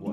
我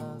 嗯，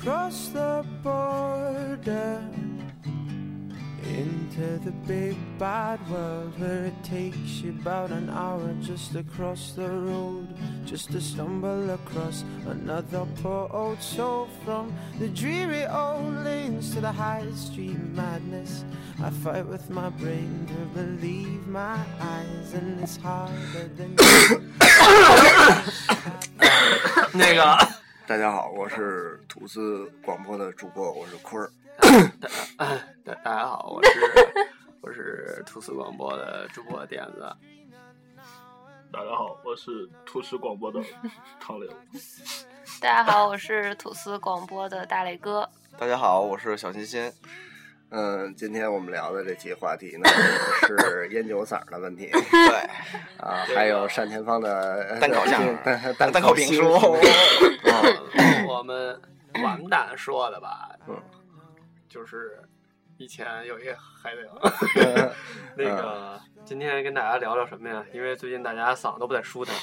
cross the border into the big bad world where it takes you about an hour just across the road just to stumble across another poor old soul from the dreary old lanes to the high street madness i fight with my brain to believe my eyes and it's harder than 那个，大家好，我是吐司广播的主播，我是坤儿。大大家好，我是 我是吐司广播的主播点子。大家好，我是吐司广播的唐 流。大家好，我是吐司广播的大磊哥。大家好，我是小欣欣。嗯，今天我们聊的这期话题呢是烟酒嗓儿的问 题对，啊，还有单田芳的单口相声 单单口口评评书书。 我们完蛋说的吧，嗯就是以前有一个海流，嗯那个今天跟大家聊聊什么呀？因为最近大家嗓子都不太舒坦，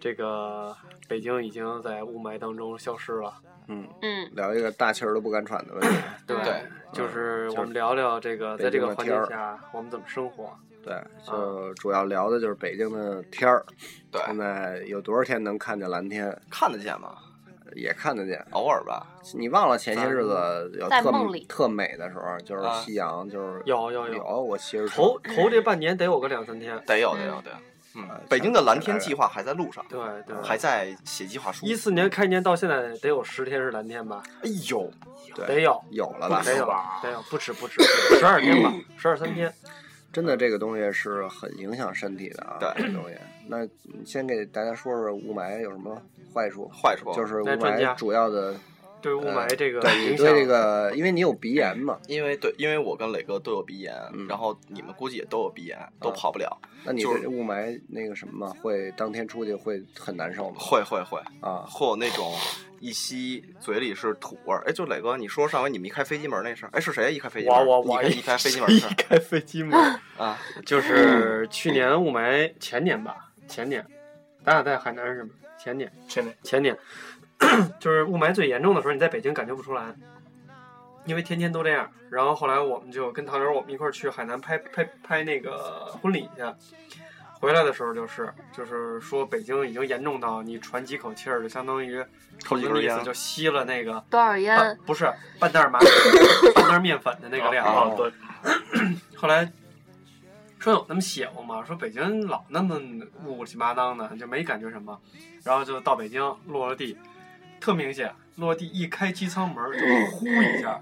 这个北京已经在雾霾当中消失了。嗯，嗯，聊一个大气儿都不敢喘的问题。对对嗯就是就是我们聊聊这个，在这个环北京境的天下我们怎么生活。对，就主要聊的就是北京的天儿。嗯对现在有多少天能看见蓝天？看得见吗？也看得见。偶尔吧。你忘了前些日子有在特梦里特美的时候，就是啊夕阳，就是有有有有，我其实头头这半年得有个两三天。得有得有得有，嗯，北京的蓝天计划还在路上，对对，还在写计划书。一四年开年到现在得有十天是蓝天吧？哎呦，对得有，有了吧？得有，得有，不止不止，十二天吧，十二三天。真的，这个东西是很影响身体的啊。对这东西。那你先给大家说说雾霾有什么坏处？坏处啊就是雾来专家霾主要的对雾霾这个对影你响，对这个，因为你有鼻炎嘛，因为对，因为我跟磊哥都有鼻炎，嗯然后你们估计也都有鼻炎，都跑不了。那你就对是雾霾那个什么嘛，会当天出去会很难受吗？会会会，啊，会有那种一吸嘴里是土味儿。哎，就磊哥，你说上回你们一开飞机门那事儿，哎，是啊谁一开飞机门？我我我一开一开飞机门的事一开飞机门儿，儿啊，就是去年雾霾前年吧，前年，咱俩在海南是吗？前年，前面前年， 就是雾霾最严重的时候，你在北京感觉不出来，因为天天都这样。然后后来我们就跟唐流我们一块儿去海南拍拍拍那个婚礼去，回来的时候就是就是说北京已经严重到你喘几口气儿，就相当于抽几根我的意烟思就吸了那个多少烟？啊半不是半袋麻半袋面粉的那个量。啊啊，对， 后来说有那么邪乎吗？说北京老那么乌七八脏的，就没感觉什么。然后就到北京落了地，特明显，落地一开机舱门儿就呼一下，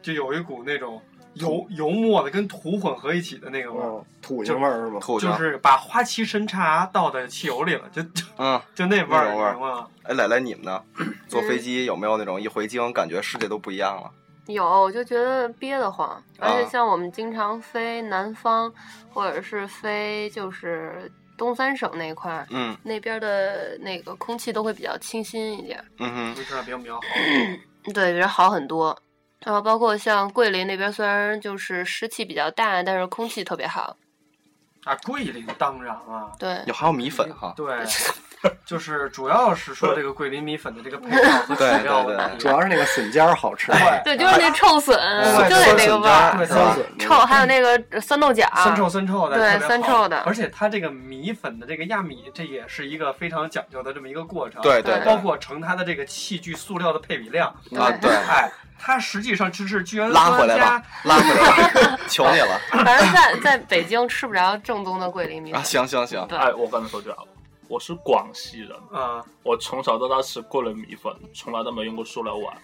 就有一股那种油油沫子跟土混合一起的那个味儿。哦，土腥味儿是吗？吐就着。是把花旗参茶倒在汽油里了，就就嗯，就那味那儿，种味儿你明白吗？哎，磊磊，你们 呢？坐飞机有没有那种一回京感觉世界都不一样 了？有，我就觉得憋得慌，而且像我们经常飞南方，或者是飞就是东三省那块儿，嗯那边儿的那个空气都会比较清新一点，嗯哼，味道比我们要 好。嗯对，比这好很多。然后包括像桂林那边，虽然就是湿气比较大，但是空气特别好。啊，桂林当然了，对，有还有米粉哈，对，就是主要是说这个桂林米粉的这个配料和对材料对问对，题啊主。要是那个笋尖儿好吃。对，就是那臭笋，就得那个味对儿，对酸笋，臭，还有那个酸豆角，酸臭酸臭的，对特别好酸臭的而且它这个米粉的这个压米，这也是一个非常讲究的这么一个过程。对对对包括盛它的这个器具、塑料的配比量，啊，对，哎，它实际上就是居然拉回来 吧，拉回来吧，求你了反正在在北京吃不着正宗的桂林米啊！粉。行行行，对哎，我刚才说对了，我是广西人，啊，我从小到大吃桂林米粉，从来都没用过塑料碗。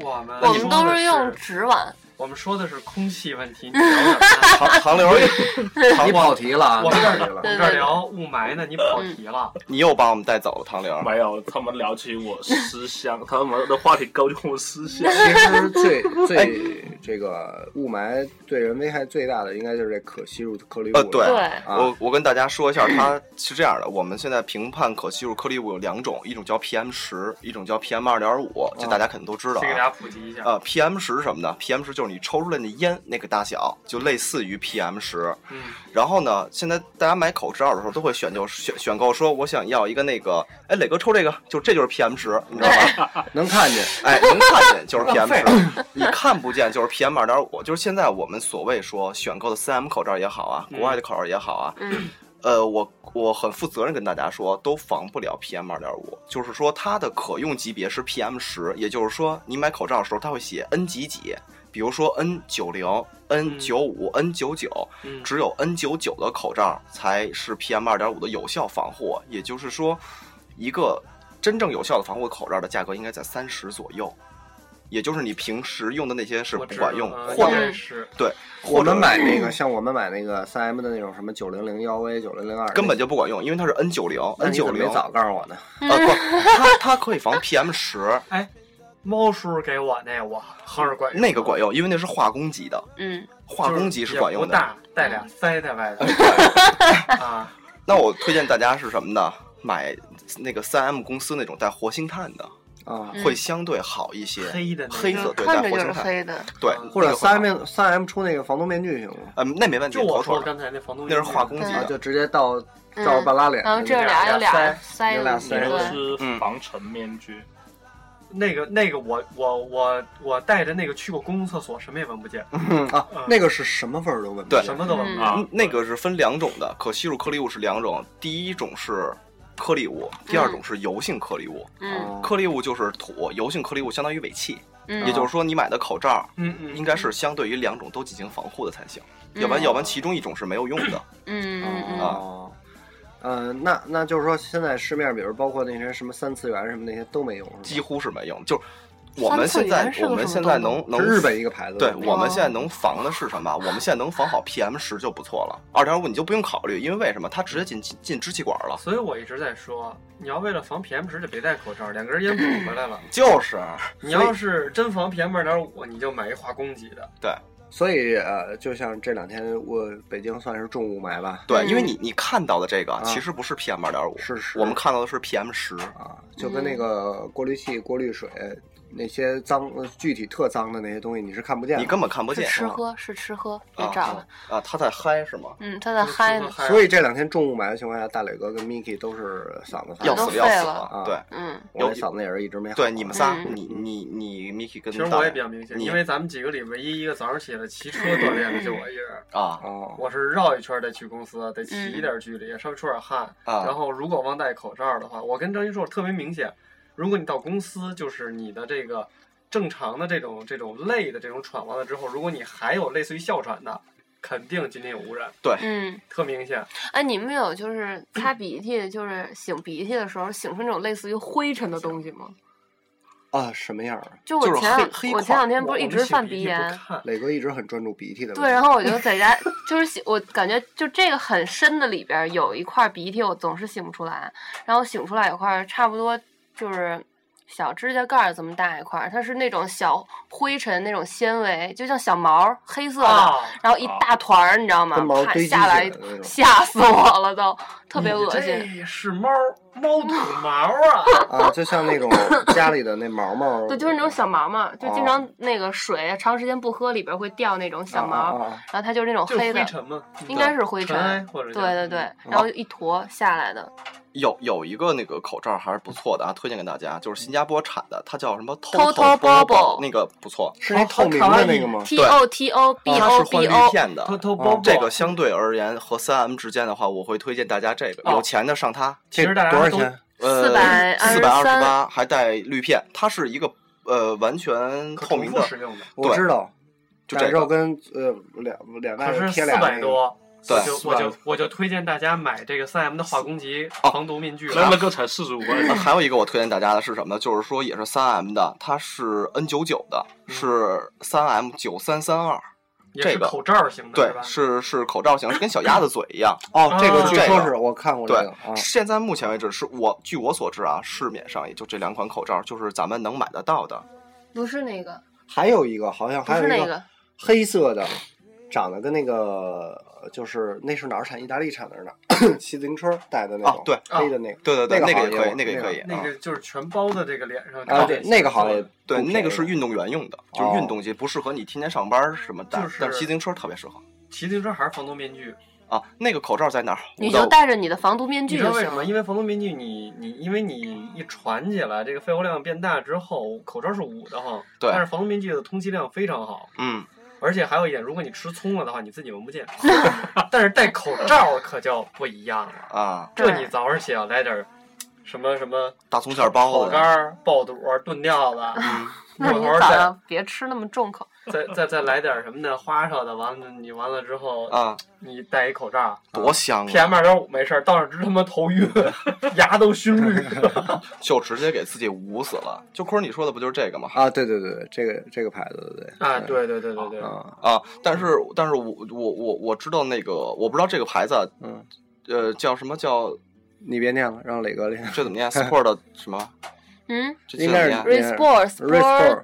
我们我们都说的是是用纸碗，我们说的是空气问题，你聊什么呢唐唐刘，我你跑题了啊，我们这跑题儿了我，们这儿聊雾霾呢，你跑题了。嗯你又把我们带走了，唐刘。没有，他们聊起我思乡，他们的话题勾起我思乡。 其实 最最这个雾霾对人危害最大的，应该就是这可吸入颗粒物呃了。对对，啊我我跟大家说一下，它是这样的：我们现在评判可吸入颗粒物有两种，一种叫 PM 十，一种叫 PM 二点五，这大家肯定都知道先给大啊。家普嗯及一下，呃，PM 十是什么呢？PM 十就是你抽出来的烟那个大小，就类似于 PM 十。嗯，然后呢，现在大家买口罩的时候都会选就选选购，说我想要一个那个，哎，磊哥抽这个，就这就是 PM 十，你知道吧？能看见。哎，能看见就是 PM 十，你看不见就是 PM 二点五。就是现在我们所谓说选购的 3M 口罩也好啊，国外的口罩也好啊，嗯，呃，我我很负责任跟大家说，都防不了 PM 二点五，就是说它的可用级别是 PM 十，也就是说你买口罩的时候，它会写 N 几几，比如说 N 九零、N 九五、N 九九，嗯只有 N 九九的口罩才是 PM 二点五的有效防护，啊也就是说，一个真正有效的防护口罩的价格应该在三十左右，也就是你平时用的那些是我不知道管用，嗯或应者该是对，我或者们买那个，像我们买那个三 M 的那种什么九零零幺 V、九零零二，根本就不管用，因为它是 N 九零、那 N 你怎九么零没。早告诉我呢？啊不，它它可以防 PM 十，猫叔给我那我横着管用，那个管用，因为那是化工级的，嗯，化工级是管用不的。大，带俩腮 在外头啊。那我推荐大家是什么呢？买那个三 M 公司那种带活性炭的，啊，嗯会相对好一些。黑的那黑个色对看带着活就性是炭黑的，对，或者那个会三好 M 三 M 出那个防毒面具行吗？嗯，那没问题，就妥我妥说的。刚才那房东那是化工级啊，的，就直接到照嗯着半拉脸。然后这俩有俩塞有子俩，你塞子那对，是嗯防尘面具，那个那个我我我我带着那个去过公共厕所，什么也闻 不见，啊，那个是什么味儿都闻不嗯对见什。么都闻不见。嗯啊嗯那个是分两种的，可吸入颗粒物是两种，第一种是颗粒物，第二种是油性颗粒物。嗯哦颗粒物就是土，油性颗粒物相当于尾气，也嗯，就是说你买的口罩嗯嗯，应该是相对于两种都进行防护的才行，要不然嗯要不然其中一种是没有用的。嗯啊嗯嗯，哦，呃，那那就是说，现在市面，比如包括那些什么三次元什么那些都没用，几是吧乎是没用。就是我们现三在次元是个我们什现么在东东能能是日本一个牌子对的那个。我们现在能防的是什么？我们现在能防好 PM 十就不错了，二点五你就不用考虑，因为为什么它直接进进进支气管了？所以我一直在说，你要为了防 PM 十就别戴口罩，两根烟补回 来了。就是你要是真防 PM 二点五，你就买一化工级的。所以呃，就像这两天我北京算是重雾霾吧，对，嗯因为你你看到的这个啊其实不是 PM 二点五，是是我们看到的是 PM 十。啊，就跟那个过滤器、过滤水那些脏、呃具体特脏的那些东西，你是看不见的，你根本看不是见吃喝是吃喝，别找了，啊！它在嗨是吗？嗯，他在嗨就呢是，嗨所以这两天重雾霾的情况下，大磊哥跟 Miki 都是嗓子发要烧，死都要废死了了啊！对嗯，我有这嗓子也是一直没好。对，你们仨，嗯你你你 Miki 跟其实大我也白比较明显，你因为咱们几个里唯一一个早上起来骑车锻炼的就我一人。啊哦，我是绕一圈再去公司，得骑嗯一点距离，稍微出点汗。啊然后如果忘戴口罩的话，我跟张一硕特别明显，如果你到公司，就是你的这个正常的这种这种累的这种喘完了之后，如果你还有类似于哮喘的，肯定今天有污染，嗯，特明显。哎，你们有就是 擦鼻涕，就是擤鼻涕的时候擤出那种类似于灰尘的东西吗？啊，什么样啊？就我就是前两黑黑我前块儿两天不我是一我直们犯擤鼻鼻涕不炎，看磊哥一直很专注鼻涕的问题。对，然后我就在家，就是擤，我感觉就这个很深的里边儿有一块鼻涕，我总是擤不出来，然后擤出来一块儿，差不多就是小指甲盖儿这么大一块儿，它是那种小灰尘那种纤维，就像小毛儿黑色的，啊，然后一大团儿，你知道吗跟毛？啪堆积下起来来的那，种吓死我了都，特别恶心。这是猫 猫吐毛啊！啊，就像那种家里的那毛毛，对，就是那种小毛毛，就经哦常那个水长时间不喝，里边儿会掉那种小毛儿，啊啊啊然后它就是那种就是黑的灰，尘吗？应该是灰尘埃尘。或者对对对，然后一坨下来的，有有一个那个口罩还是不错的啊，推荐给大家，就是新加坡产的，它叫什么 Toto Toto Bobo Bobo，那个不错，是那透明哦啊的那个吗？ T O T O B 它是 O 换 B 滤 O，片的 Toto 嗯 Bobo 这个相对而言和三 M 之间的话，我会推荐大家这个，哦有钱的上它，其实大家多少都钱？呃，四百二十423八还带滤片，它是一个呃完全可透重明复的，使用的，对我知道，就感这个。受跟呃两两可外是头贴四俩百那个。多。对我就我400就我就推荐大家买这个三 M 的化工级哦防毒面具那了那。个才四十五块那钱，还有一个我推荐大家的是什么呢？就是说也是三 M 的，它是 N 九九的，是三 M 九三三二，也是这个口罩型的，对是，吧？是是口罩型，是跟小鸭子嘴一样。哦，这个啊据这说个是我看过这对个啊，，现在目前为止是我据我所知啊，市面上也就这两款口罩，就是咱们能买得到的。不是那个，还有一个好像不还有是一那个个，黑色的，长得跟那个就是那是哪儿产？意大利产的是哪儿？ 骑自行车戴的那啊种，对黑的那个。对对对，那那个个也好可以，像那个也可以。啊那个就是全包在这个脸上，啊，对，那个好像也哦对，不便宜哦那个是运动员用的，就是运动机，不适合你天天上班什么戴就。是但骑自行车特别适合骑自行车还是防毒面具。啊。那个口罩在哪儿？你我到就戴着你的防毒面你具知道就为行啊什么？了。因为防毒面具你，你因为你一传起来，这个肺活量变大之后，口罩是捂的哈。对但是防毒面具的通气量非常好，嗯，而且还有一点，如果你吃葱了的话，你自己闻不 见。但是戴口罩可就不一样了，啊，这对你早上起来来点儿什么什么大葱馅儿包口子干儿、爆肚儿、炖吊子，啊那好你好早再上别吃那么重口，再再再来点儿什么的花哨的，完了你完了之后，啊，你戴一口罩嗯多香，PM 啊！二点五没事儿，到那儿直他妈头晕， 牙都熏绿。 就直接给自己捂死了。就坤儿你说的不就是这个吗？啊，对对对，对这个这个牌子对对啊，对对对对对，啊，啊，但是但是我我我我知道那个，我不知道这个牌子啊，嗯，呃，叫什么叫你别念了，让磊哥念。这怎么念 ？Sport 的什么？嗯这这应该怎是么念？ ，Resport Sport Resport，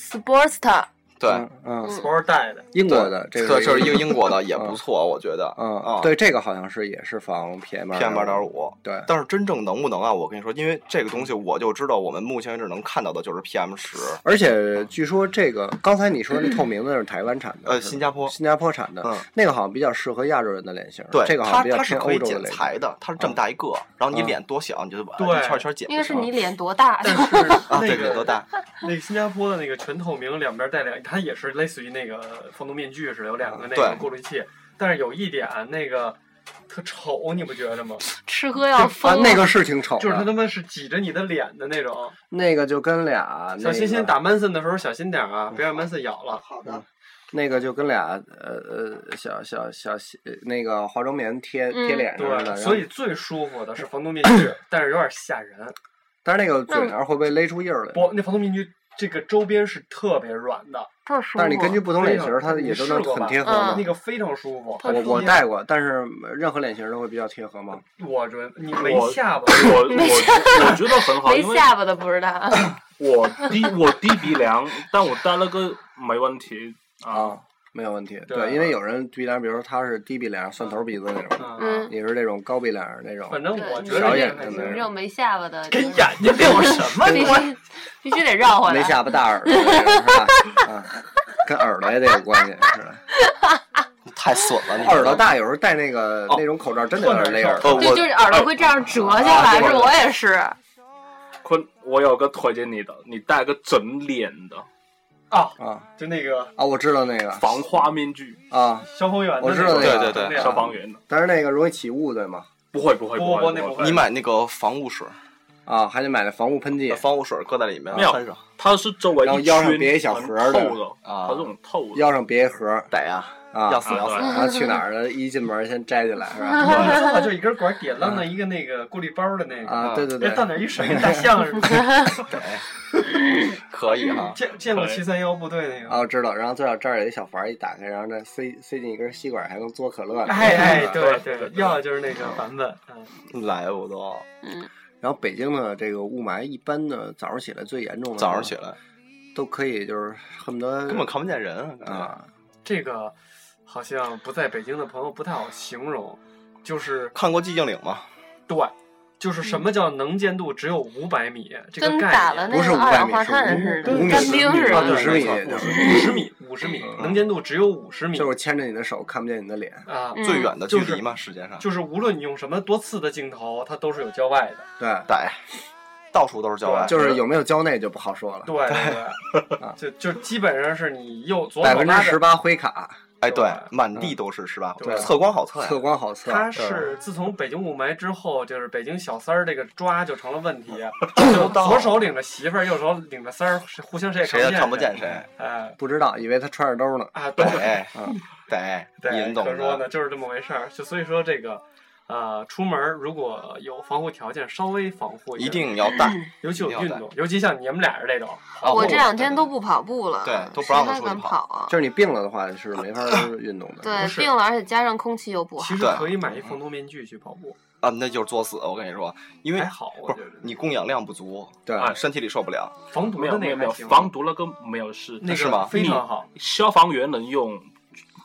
Sportsta，对，嗯嗯，嗯口罩戴的，英对国的这个这是一个 英国的，也嗯不错，我觉得。嗯啊，对，这个好像是也是防 PM ，PM 二点，五。对，但是真正能不能啊？我跟你说，因为这个东西，我就知道我们目前为止能看到的就是 PM 十，而且据说这个刚才你说那透明的是台湾产的，呃，是吧新加坡。新加坡产的，嗯，那个好像比较适合亚洲人的脸型，对，这个好它像比较它是偏可欧以洲的嗯剪脸型。裁的，它是这么大一个，然后你脸多小，你就把对一圈一圈剪就行了。应该是你脸多大？但是啊，那对，脸多个大？那个新加坡的那个全透明，两边带两，它也是类似于那个防毒面具似的，有两个那个对过滤器，但是有一点那个特丑，你不觉得吗？ 吃喝要啊，疯了。那个是挺丑的，就是啊它他妈是挤着你的脸的那种。那个就跟俩小心那心个嗯打曼森的时候小心点儿啊，别让曼森咬了。好的。那个就跟俩呃呃小小小小那个化妆棉贴嗯贴脸上的，然对，后所以最舒服的是防毒面具，但是有点吓人。但是那个嘴那儿会被勒出印儿来。不，那防毒面具这个周边是特别软的，特舒服。但是你根据不同脸型，它也都能你试过吧很贴合嗯嘛那。个非常舒服。我我戴过，但是任何脸型都会比较贴合嘛。我觉得你没我下巴，我我我觉得很好，没因为下巴的不 知道，我低我低鼻梁，但我戴那个没问题啊。啊，没有问题。对啊对，因为有人鼻梁，比如说他是低鼻梁、蒜头鼻子那种，嗯， 你是那种高鼻梁那种。反正我觉得小这眼个睛你的这那种没下巴的，跟就是眼睛有什么必关系？须必须得绕回来。没下巴大耳朵那种是吧？啊，跟耳朵也得有关系，是吧？太损了，你耳朵。大有时候戴那个哦那种口罩真的有点勒耳朵。呃，对，我就是耳朵会这样折下来，是我也是。坤，我有个推荐你的，你戴个整脸的啊，啊就那个啊，我知道那个防花面具，啊，消防员的我知那道个那个对对对那样消防员的，但是那个容易起雾，对吗？不会不会不不会那不不会你买那个防雾水，啊，还得买那防雾喷剂那。防雾水搁在里面，啊没有喷上。它是周围然后一腰上圈别一小很盒儿的透的，啊它是很透的。腰上别一盒儿得呀，啊，要死啊要对死。然后去哪儿呢？一进门先摘下来是吧？我知道，就一根管儿点愣的一个那个过滤包的那个，嗯啊，对对别对，到嗯哪儿一甩，跟大象似的。可以哈。见见过七三幺部队那啊，个？我知道。然后最好这儿有一小阀儿，一打开，然后再塞塞进一根吸管，还能嘬可乐啊呢。 哎哎，是吧对对，要的就是那个版本。嗯来我都然后北京的这个雾霾，一般呢早上起来最严重的，早上起来嗯都可以，就是恨不得根本看不见人啊，啊，这个好像不在北京的朋友不太好形容，就是看过寂静岭吗？对，就是什么叫能见度只有五百米这个概跟念，打了那个二氧化碳似的，跟干冰似的。五十米，五十米，五十米，嗯能见度只有五十米，就是牵着你的手看不见你的脸啊，嗯最远的距离嘛，时间上就是无论你用什么多次的镜头，它都是有郊外的。对对，到处都是郊外，就是有没有郊内就不好说了。对对 对，就就基本上是你右左百手分拉之着十八灰卡，哎，对，满地都是是吧？嗯对测光好测呀，测光好测。它是自从北京雾霾之后，就是北京小三儿这个抓就成了问 题，就左手领着媳妇儿，右手领着三儿，互相谁也谁也看不不见见谁。哎，不知道，以为他揣着兜呢。啊， 对对嗯，对，对，您懂可说呢，的。就是这么回事儿。就所以说这个，呃，出门儿如果有防护条件，稍微防护下一定要带，尤其有一定运要带动，尤其像你们俩人嗯这种，我这两天都不跑步了，对都不让我谁还出去敢跑跑啊。就是你病了的话是没法 运动的。对不，是病了，而且加上空气又不好其。实对嗯可以买一防毒面具去跑步，啊，那就是作死。我跟你说，因为还好，我不觉得是你供氧量不足，对哎啊身体里受不了。防毒没的有没那有个没还有，行，防毒那个没有事，那是个吗非常好。消防员能用，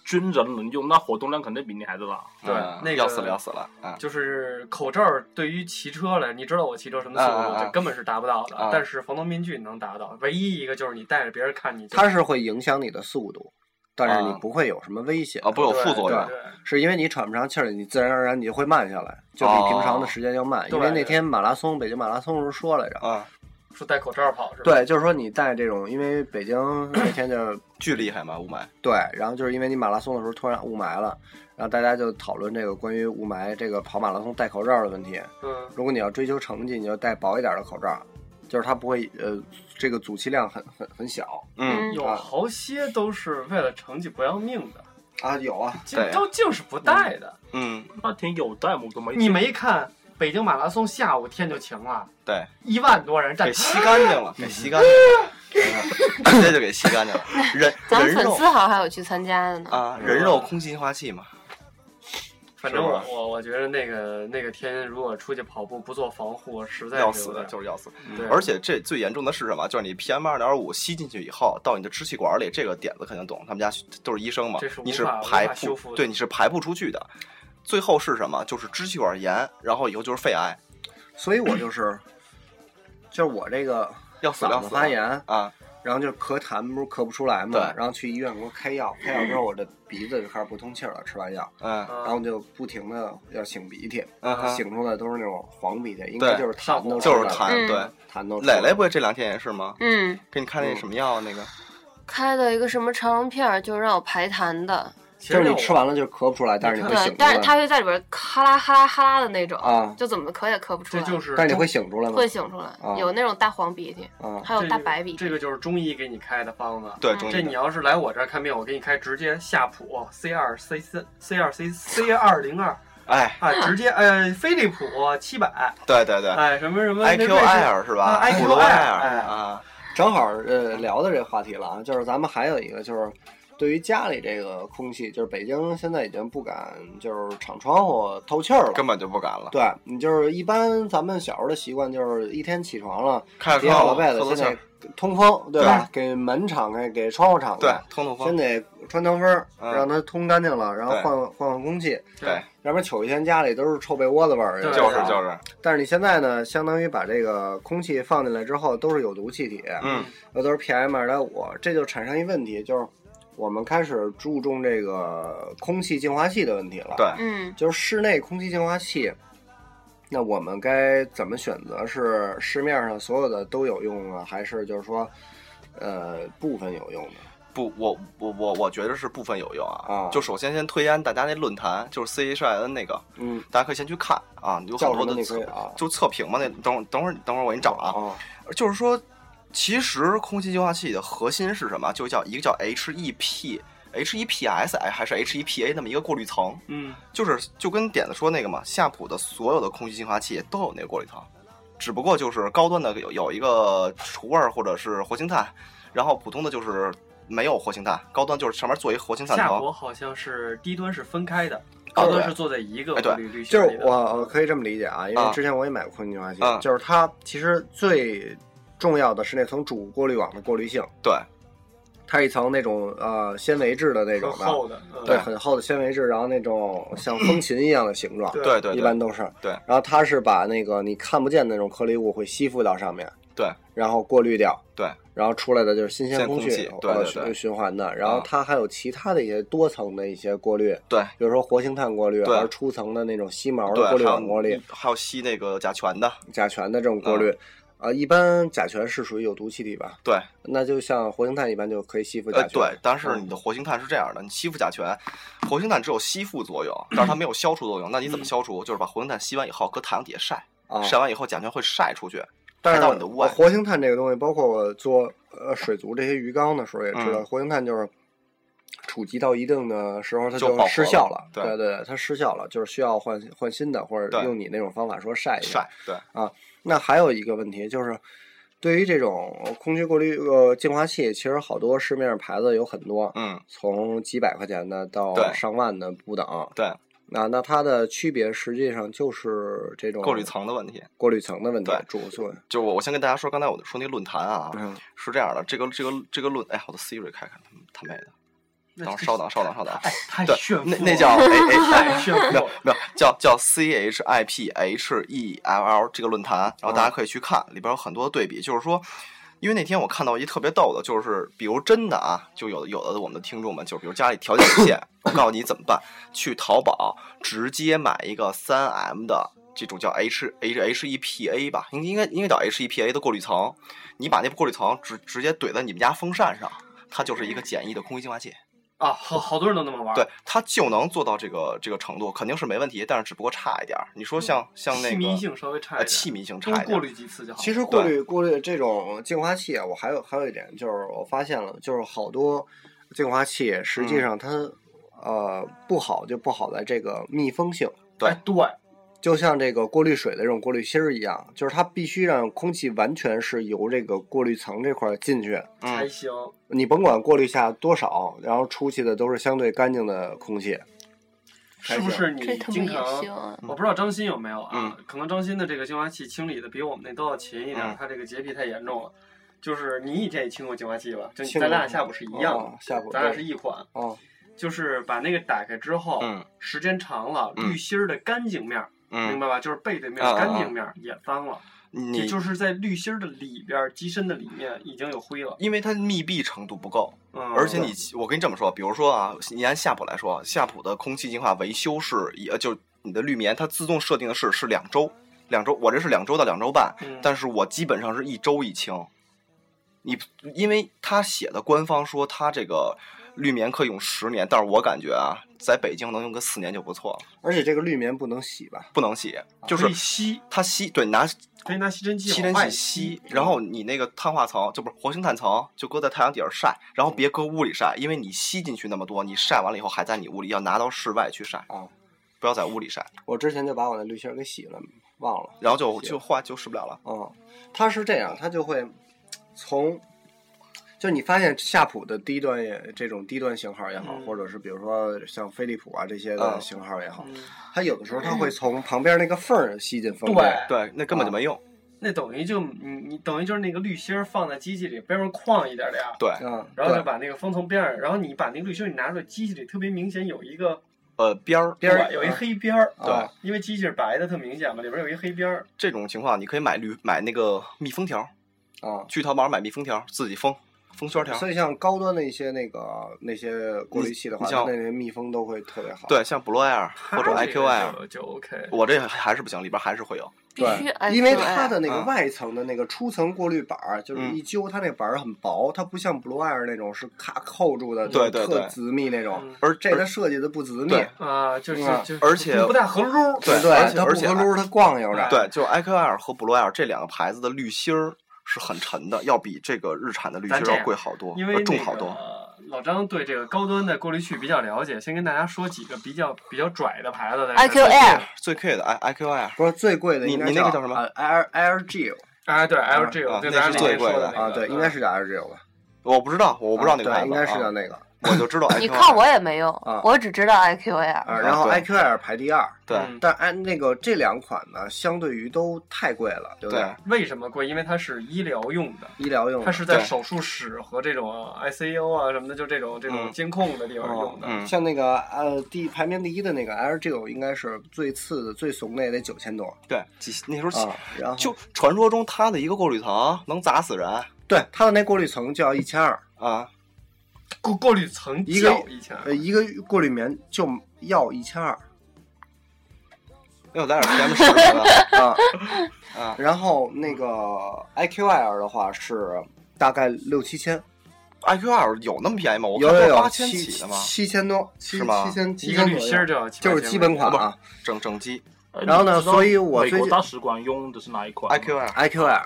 军人能用，那活动量肯定比你还得大。对嗯那个要死了要死了啊！就是口罩儿对于骑车来，你知道我骑车什么速啊度，啊啊这根本是达不到的啊。但是防毒面具你能达到，唯一一个就是你带着别人看你就，它是会影响你的速度，但是你不会有什么危险啊，不有副作用对。对对是因为你喘不上气儿，你自然而然你就会慢下来，就比平常的时间要慢。对因为那天马拉松，北京马拉松时候说来着，啊，说戴口罩儿跑是吧？对，就是说你戴这种，因为北京那天 就巨厉害嘛，雾霾。对，然后就是因为你马拉松的时候突然雾霾了，然后大家就讨论这个关于雾霾这个跑马拉松戴口罩的问题。嗯，如果你要追求成绩，你就戴薄一点的口罩，就是它不会呃这个阻气量很很很小嗯，有好些都是为了成绩不要命的，啊，有啊，对这都就是不戴的。嗯，那天有弹幕都没，你没看北京马拉松下午天就晴了，对，一万多人 站给。吸干净了，给吸干净了，直接就给吸干净了。人咱们人粉肉丝好像还有去参加的呢。啊，人肉空气净化器嘛。反正我是吧我我觉得那个那个天如果出去跑步不做防护，实在要是死有的点就是要死对，而且这最严重的是什么？就是你 PM 二点五吸进去以后，到你的支气管里，这个点子肯定懂，他们家都是医生嘛这是无，法你是无排法修复不的对，你是排不出去的。最后是什么？就是支气管炎，然后以后就是肺癌，所以我就是就是我这个要死了要嗓死子了发炎，啊！然后就咳痰不是咳不出来嘛，对然后去医院给我开药，开药之后我的鼻子就开始不通气儿了，吃完药，嗯然后就不停的要擤鼻涕，嗯哼擤出来都是那种黄鼻涕，应该就是痰都就是出来了痰。嗯对，痰都出来磊了磊不会这两天也是吗？嗯，给你看那什么药那个开的一个什么长龙片儿，就是让我排痰的。就其实是你我吃完了就是咳不出来，但是你会擤对，出但是它来，会在里边哈啦哈啦哈啦的那种，啊就怎么咳也咳不出这来，就是但是你会擤出来吗会？醒出来。啊有那种大黄鼻涕，啊，还有这大就白鼻涕。这个就是中医给你开的方子。对嗯中这医你的，要是来我这儿看病，我给你开直接夏普 C 二 C 三 C 二 C C 二零二哎，啊，直接呃飞利浦七百，对对对哎什么什么那，IQ 瑞士艾尔是吧啊？IQ 普罗艾艾尔哎尔啊，正好呃聊到这个话题了啊，就是咱们还有一个就是。对于家里这个空气，就是北京现在已经不敢就是敞窗户透气儿了，根本就不敢了，对你就是一般咱们小时候的习惯就是一天起床了，开着叠窗好了户透被透子，气先儿，得通风，对吧？给门敞开，给窗户敞对开，，通透先风，得穿堂风，嗯让它通干净了，然后对换换换空气，对，要不然瞅一天家里都是臭被窝子味儿。对就是吧就是，但是你现在呢，相当于把这个空气放进来之后都是有毒气体，嗯，又都是 PM 二点五，这就产生一问题，就是我们开始注重这个空气净化器的问题了。对。嗯，就是室内空气净化器，那我们该怎么选择？是市面上所有的都有用啊，还是就是说，呃，部分有用的？不，我我我我觉得是部分有用啊。啊就首先先推荐大家那论坛，就是 C H I N 那个，嗯，大家可以先去看啊，有很叫什多么的你测可以，啊就测评嘛。那等会儿等会儿等会儿我给你找啊。啊，就是说，其实空气净化器的核心是什么？就叫一个叫 H E P。H E P S 还是 H E P A 那么一个过滤层，嗯，就是就跟点子说那个嘛，夏普的所有的空气净化器都有那个过滤层，只不过就是高端的有有一个除味儿或者是活性炭，然后普通的就是没有活性炭，高端就是上面做一活性炭夏层普，好像是低端是分开的，哦高对端是坐在一个哎对绿绿就圈里是的。我我可以这么理解啊，因啊为之前我也买过空气净化器，嗯就是它其实最重要的是那层主过滤网的过滤性，对，它是一层那种呃纤维质的那种很厚的嗯对，很厚的纤维质，然后那种像风琴一样的形状，对对对一般都是对然后它是把那个你看不见的那种颗粒物会吸附到上面，对然后过滤掉，对，然后出来的就是新鲜新鲜空空气对呃对对嗯循循环的。然后它还有其他的一些多层的一些过滤，对比如说活性炭过滤，对还有出层的那种吸毛对的过滤还有嗯网过滤，还有吸那个甲醛的，甲醛的这种过嗯滤。啊，一般甲醛是属于有毒气体吧？对，那就像活性炭一般就可以吸附甲呃，醛。对，但是你嗯的活性炭是这样的，你吸附甲醛，活性炭只有吸附作用，但是它没有消除作用。那你怎么消除？就是把活性炭吸完以后，搁太阳底下晒，嗯啊哎晒完以后甲醛会晒出去，但晒是到你的屋外。活性炭这个东西，包括我做呃水族这些鱼缸的时候也知道，嗯活性炭就是触及到一定的时候它就就饱和失效了对对对对，它失效了，就是需要换换新的，或者对用你那种方法说晒一晒，对，啊。那还有一个问题就是，对于这种空气过滤呃净化器，其实好多市面上牌子有很多，嗯，从几百块钱的到对上万的不等。对，那那它的区别实际上就是这种过滤层的问题。过滤层的问题对，主诉。就我我先跟大家说，刚才我说那论坛啊，嗯是这样的，这个这个这个论，哎，我的 Siri 开开，他他妹的，那等会儿稍等稍等稍等，太对炫富那了啊那叫 哎哎太炫富了没有没有叫叫 C H I P H E L L 这个论坛，然后嗯大家可以去看，里边有很多对比，就是说。因为那天我看到一特别逗的，就是比如真的啊，就有的有的我们的听众们，就比如家里条件有限，我告诉你怎么办，去淘宝直接买一个三 M 的这种叫 H H H E P A 吧，应应该应该叫 H E P A 的过滤层，你把那过滤层直直接怼在你们家风扇上，它就是一个简易的空气净化器。啊，好好多人都那么玩。哎对，，它就能做到这个这个程度，肯定是没问题，但是只不过差一点儿。你说像像那个嗯气密性稍微差一呃点，气密性差多一点过儿，滤几次就好了。哎其实过滤过滤这种净化器啊，我还有还有一点就是我发现了，就是好多净化器实嗯际上它、呃不好就不好在这个密封性，对哎对，就像这个过滤水的这种过滤芯儿一样，就是它必须让空气完全是由这个过滤层这块儿进去，才嗯，行。你甭管过滤下多少，然后出去的都是相对干净的空气。是不是你这他妈经也常？行啊我不知道张鑫有没有啊？可能张鑫的这个净化器清理的比我们那都要勤一点，嗯他这个洁癖太严重了。就是你以前也清过净化器吧？就你清嗯咱俩过下部是一样的，哦下部咱俩对是一款。哦，就是把那个打开之后，嗯时间长了，嗯滤芯儿的干净面儿，明嗯，白吧？就是背对面啊儿、啊干净面儿也脏了，也你就是在滤芯儿的里边儿、机身的里面已经有灰了。因为它密闭程度不够，嗯，而且你我跟你这么说，比如说啊，你按夏普来说，夏普的空气净化维修是也呃就你的滤棉，它自动设定的是是两周，两周，我这是两周到两周半，嗯但是我基本上是一周一清。你因为他写的官方说他这个滤棉可以用十年，但是我感觉啊，在北京能用个四年就不错了，而且这个滤棉不能洗吧？不能洗，就啊可是以吸，它吸，对，拿可以拿吸尘器吸往尘外嗯器吸，然后你那个碳化层就不是活性炭层，就搁在太阳底下晒，然后别嗯搁屋里晒，因为你吸进去那么多，你晒完了以后还在你屋里，要拿到室外去晒，啊，哦不要在屋里晒，我之前就把我那滤芯儿给洗了，忘了。然后就行就化就受不了了。嗯，它是这样，它就会从，就你发现夏普的低端也这种低端型号也好，嗯或者是比如说像飞利浦啊这些的嗯型号也好，嗯它有的时候它会从旁边那个缝儿吸进风对带。对，那根啊本就没用。那等于就你你等于就是那个滤芯儿放在机器里边上框一点点儿，对，嗯，然后就对，把那个风从边上，然后你把那个滤芯儿你拿出来，机器里特别明显有一个呃，边儿边儿对有一黑边儿，啊对，因为机器是白的，特明显嘛，里边有一黑边儿，这种情况，你可以买滤买那个密封条，啊。去淘宝买密封条，自己封封圈条。所以像高端的一些那个那些过滤器的话，你它像那些密封都会特别好。对，像 Blue Air 或者它这 IQ 个 Air，就就 OK。我这还是不行，里边还是会有。必须安对，因为全它的那个嗯外层的那个出层过滤板儿，就是嗯一揪它那板儿很薄，它不像 Blue Air 那种是咔扣住的，对对特对紧密那种嗯。而这它设计的不紧密，对啊，就是嗯就是，而且就不大合撸，对对，而且它不而且啊合撸，它逛悠着。对，就是 IQ Air 和 Blue Air 这两个牌子的滤芯儿是很沉的，要比这个日产的滤芯咱这儿样要贵好多，因为要那重好多。个老张对这个高端的过滤器比较了解，先跟大家说几个比较比较拽的牌子的 IQ Air 哎最 K 的 I IQ Air，不是最贵的，你应该你那个叫什么呃？L L G 啊，对 LG，啊我对那咱是最俩那天说贵的的那啊，个嗯对，应该是叫 L G 吧？我不知道，我不知道那个啊牌子，对应该是叫啊那个。我就知道 IQR。你看我也没用，啊我只知道 IQAir。啊，然后 IQL 排第二，对，嗯但按那个这两款呢，相对于都太贵了，对不对？为什么贵？因为它是医疗用的，医疗用的它是在手术室和这种 ICU 啊什么的，就这种嗯这种监控的地方哦用的。嗯像那个呃第排名第一的那个 LGO 应该是最次的、最怂的也得九千多，对，几那时候啊，然后就传说中它的一个过滤层能砸死人对它的那过滤层就要一千二，啊，过过滤层一个较一千，呃一个过滤棉就要一千二又来点 PM 十了 啊。啊，然后那个 IQL 的话是大概六七千， IQR 有那么便宜吗？我看有有都有八千七起的吗？七千多，七是吗七千七一个千滤左右芯儿就要七八就千是基本款啊整整机哎然后呢呃你知道所以我美最国近大使馆用的是哪一款吗，IQR ，IQL，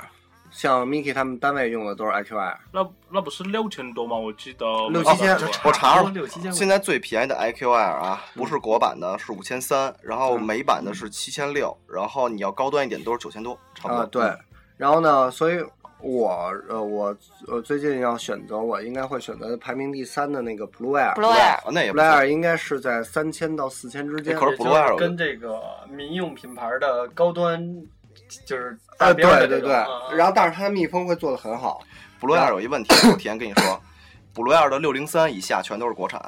像 Miki 他们单位用的都是 IQL，那那不是六千多吗？我记得哦六七千啊美国大使我馆查了，六七千块现在最便宜的 IQR 啊，不是国版的，是五千三，然后美版的是七千六，然后你要高端一点都是九千多，差不多。嗯啊对，然后呢，所以我呃我呃最近要选择，我应该会选择排名第三的那个 Blue Air。 Blue Air 啊，那也不 Blue 错 Air 应该是在三千到四千之间哎可，是也就 Blue Air 跟这个民用品牌的高端就是呃，大对边儿的对这种对，啊然后但是它的密封会做的很好，Blue Air 有一问题，我提前跟你说，Blue Air 的六零三以下全都是国产，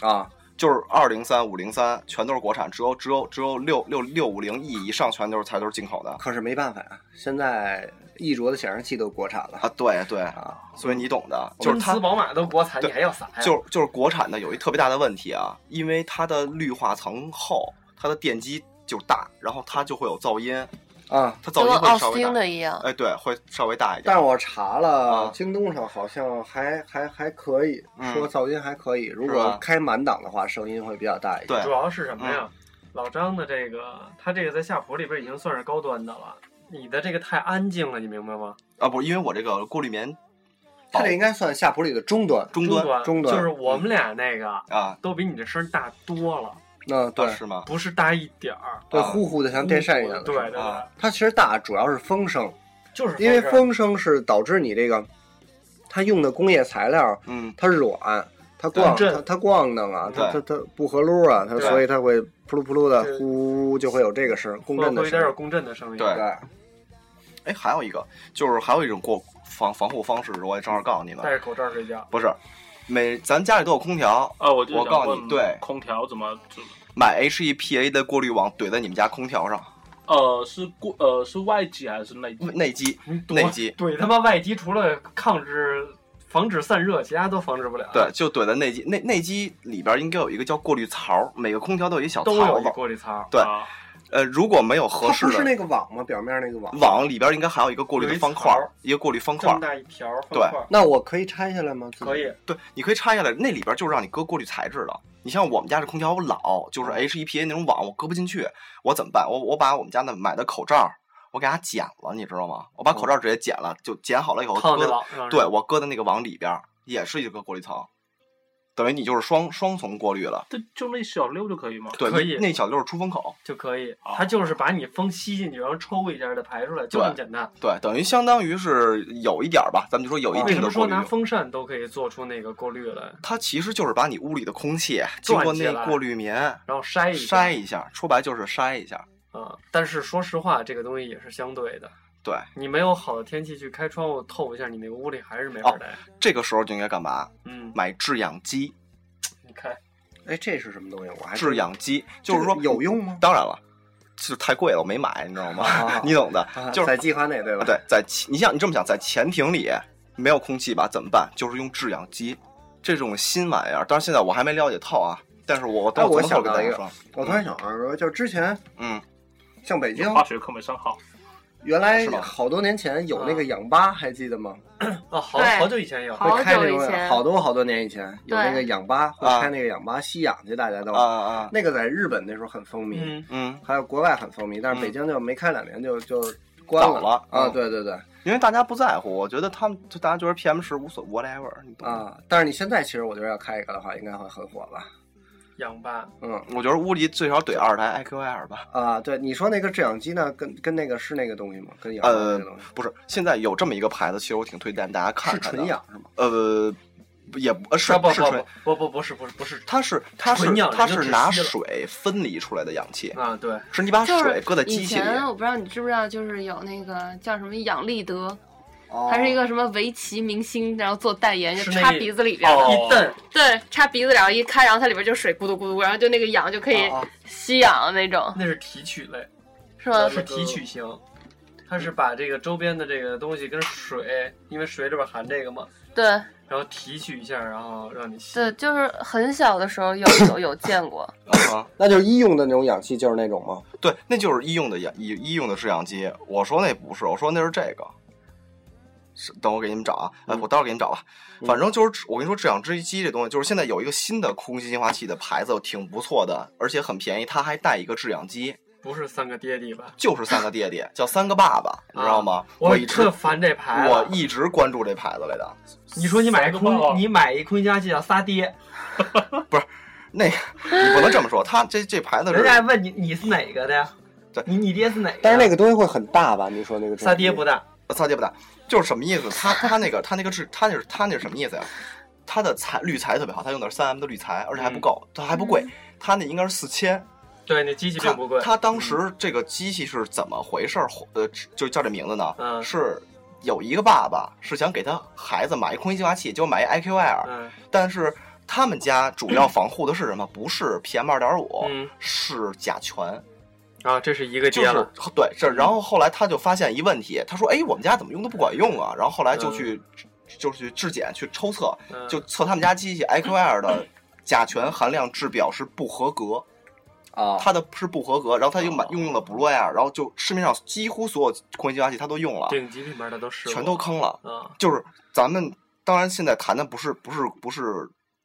啊，就是二零三、五零三全都是国产，只有只有只有六六六五零 E 以上全都是才都是进口的可是没办法呀，现在一卓的显示器都国产了啊，对对，啊，所以你懂的，就是它奔驰宝马都国产，对你还要啥呀？就是就是国产的有一特别大的问题啊，因为它的氯化层厚，它的电机就大，然后它就会有噪音，啊，它噪就跟音奥会稍斯微汀大。的一样，哎，对，会稍微大一点但。是我查了啊，京东上好像还还还可以，嗯说噪音还可以。如是果吧开满档的话，声音会比较大一点。对主要是什么嗯呀？老张的这个，他这个在夏普里边已经算是高端的了。你的这个太安静了，你明白吗？啊，不，因为我这个过滤棉它这应该算夏普里的中端。终端端，中端嗯就是我们俩那个啊，都比你这声儿大多了，那对啊是吗？不是大一点儿，对，啊呼呼的像电扇一样的。对对对，啊它其实大主要是风声，就是因为声儿风声是导致你这个它用的工业材料嗯，它软，它咣对它它咣当啊，它它对它不合撸啊，它对所以它会扑噜扑噜的对呼，就会有这个声，共会振的会声有。点共振的声音。对对，哎，还有一个就是还有一种过防防护方式，我也正好告诉你们戴，着口罩睡觉，不是每咱家里都有空调，啊，我就我想告诉问你对空调怎么怎么买 HEPA 的过滤网怼在你们家空调上，嗯呃是过呃是外机还是内机？内机你躲内机，怼他妈外机除了抗制、防止散热，其他都防止不了。对，，就怼在内机内内机里边应该有一个叫过滤槽，每个空调都有一小都槽有一子，过滤槽，对啊呃，如果没有合它适不是的那个网吗？表面那个网。网里边应该还有一个过滤的方块有一儿槽，一个过滤方这块么儿。大一条方对嗯块儿，那我可以拆下来吗？可以。对，你可以拆下来，那里边就是让你搁过滤材质的。你像我们家这空调老，嗯就是 HEPA 那种网，我搁不进去，我怎么办？我我把我们家那买的口罩，我给它剪了，你知道吗？我把口罩直接剪了，就剪好了以后哦套搁那在，网上。对，我搁在那个网里边儿，也是一个过滤层，等于你就是双双重过滤了。就就那小六就可以吗？对，可以那那小就是出风口，就可以啊，它就是把你风吸进去，然后抽一下再排出来，就这么简单。对，等于相当于是有一点儿吧，咱们就说有一哦为定什的过么说滤拿量。风扇都可以做出那个过滤来，它其实就是把你屋里的空气经过转起那来过滤棉然后筛一筛一下，说白就是筛一下。啊、但是说实话，这个东西也是相对的，对，你没有好的天气去开窗户透一下，你那个屋里还是没法待。这个时候就应该干嘛？嗯，哦买制氧机。你看，哎，这是什么东西？我还制氧机就是这说个有用吗当然了，就是太贵了，我没买，你知道吗？啊 你懂的啊，就是在计划内对啊吧？对，在潜你想你这么想，在潜艇里没有空气吧，怎么办？就是用制氧机这种新玩意儿。当然现在我还没了解透啊，但是我哎等我我想跟到大一家个说，我突然想到说，就是之前嗯，像北京化学课没上好，原来是吧好多年前有那个氧吧，还记得吗？哦，好对好久以前有，好会开久那以种前好多好多年以前有对那个氧吧，会啊开那个氧吧吸氧去，大家都啊啊，那个在日本那时候很风靡，嗯，嗯，还有国外很风靡，但嗯是北京就没开两年就就关倒了啊！嗯对对对因为大家不在乎，我觉得他们就大家觉得 PM 十无所 whatever，你懂吗？啊！但是你现在其实我觉得要开一个的话，应该会很火吧？氧吧，嗯我觉得屋里最少怼二台 IQR 吧。啊，对，你说那个制氧机呢，跟跟那个是那个东西吗？跟氧吧那呃个东西，不是，现在有这么一个牌子，其实我挺推荐大家看啊是看纯的。氧是吗？呃，也不呃是啊不是不纯，不不不是不是不是，它是它是纯氧它人就是窒拿息了水分离出来的氧气啊，对，是你把就水是搁在以机器里，前啊我不知道你知不知道，就是有那个叫什么养利德，哦他是一个什么围棋明星，然后做代言就是那插鼻子里哦边的，一蹬，对，插鼻子然后一开，然后它里边就水咕嘟咕嘟，然后就那个氧就可哦以啊吸氧那种，那是提取类，嗯是吗？是提取型，它嗯是把这个周边的这个东西跟水，因为水里边含这个嘛，对然后提取一下，然后让你吸。对，就是很小的时 候有有有见过，那就是医用的那种氧气，就是那种吗？嗯对，那就是医用的氧医医用的制氧机。我说那不是，我说那是这个。是，等我给你们找啊，哎，嗯我待会儿给你们找吧。反正就是我跟你说，制氧制机这东西，就是现在有一个新的空气净化器的牌子，挺不错的，而且很便宜，它还带一个制氧机，不是三个爹地吧？就是三个 爹爹，叫三个爸爸，你知道吗？啊我一直特烦啊这牌子我一直关注这牌子来的。你说你买三一个包啊空，你买一空家器叫仨爹，那个你不能这么说，它这这牌子人家是问你你是哪个的呀？对，你你爹是哪个？但是那个东西会很大吧？你说那个仨爹不大，仨爹不大，就是什么意思？它它那个它那个制它那是它那是什么意思呀？它的材滤材特别好，它用的是三 M 的滤材，而且还不够，它还不贵，它那应该是四千。对，那嗯机器并不贵。嗯它当时这个机器是怎么回事儿？呃，就叫这名字呢？嗯是有一个爸爸是想给他孩子买一空气净化器，就买一 IQR，、嗯但是他们家主要防护的是什么？不是 PM 二点五，嗯是甲醛。啊，这是一个就爹是了。对，这然后后来他就发现一问题，他说：“哎，我们家怎么用都不管用啊？”然后后来就去、就是去质检去抽测，嗯就测他们家机器 IQR 的甲醛含量制表是不合格，啊，它的是不合格，然后他又买啊用用了 Blue Air，然后就市面上几乎所有空气净化器他都用了，顶级品牌的都是全都坑了。啊，就是咱们当然现在谈的不是不是不是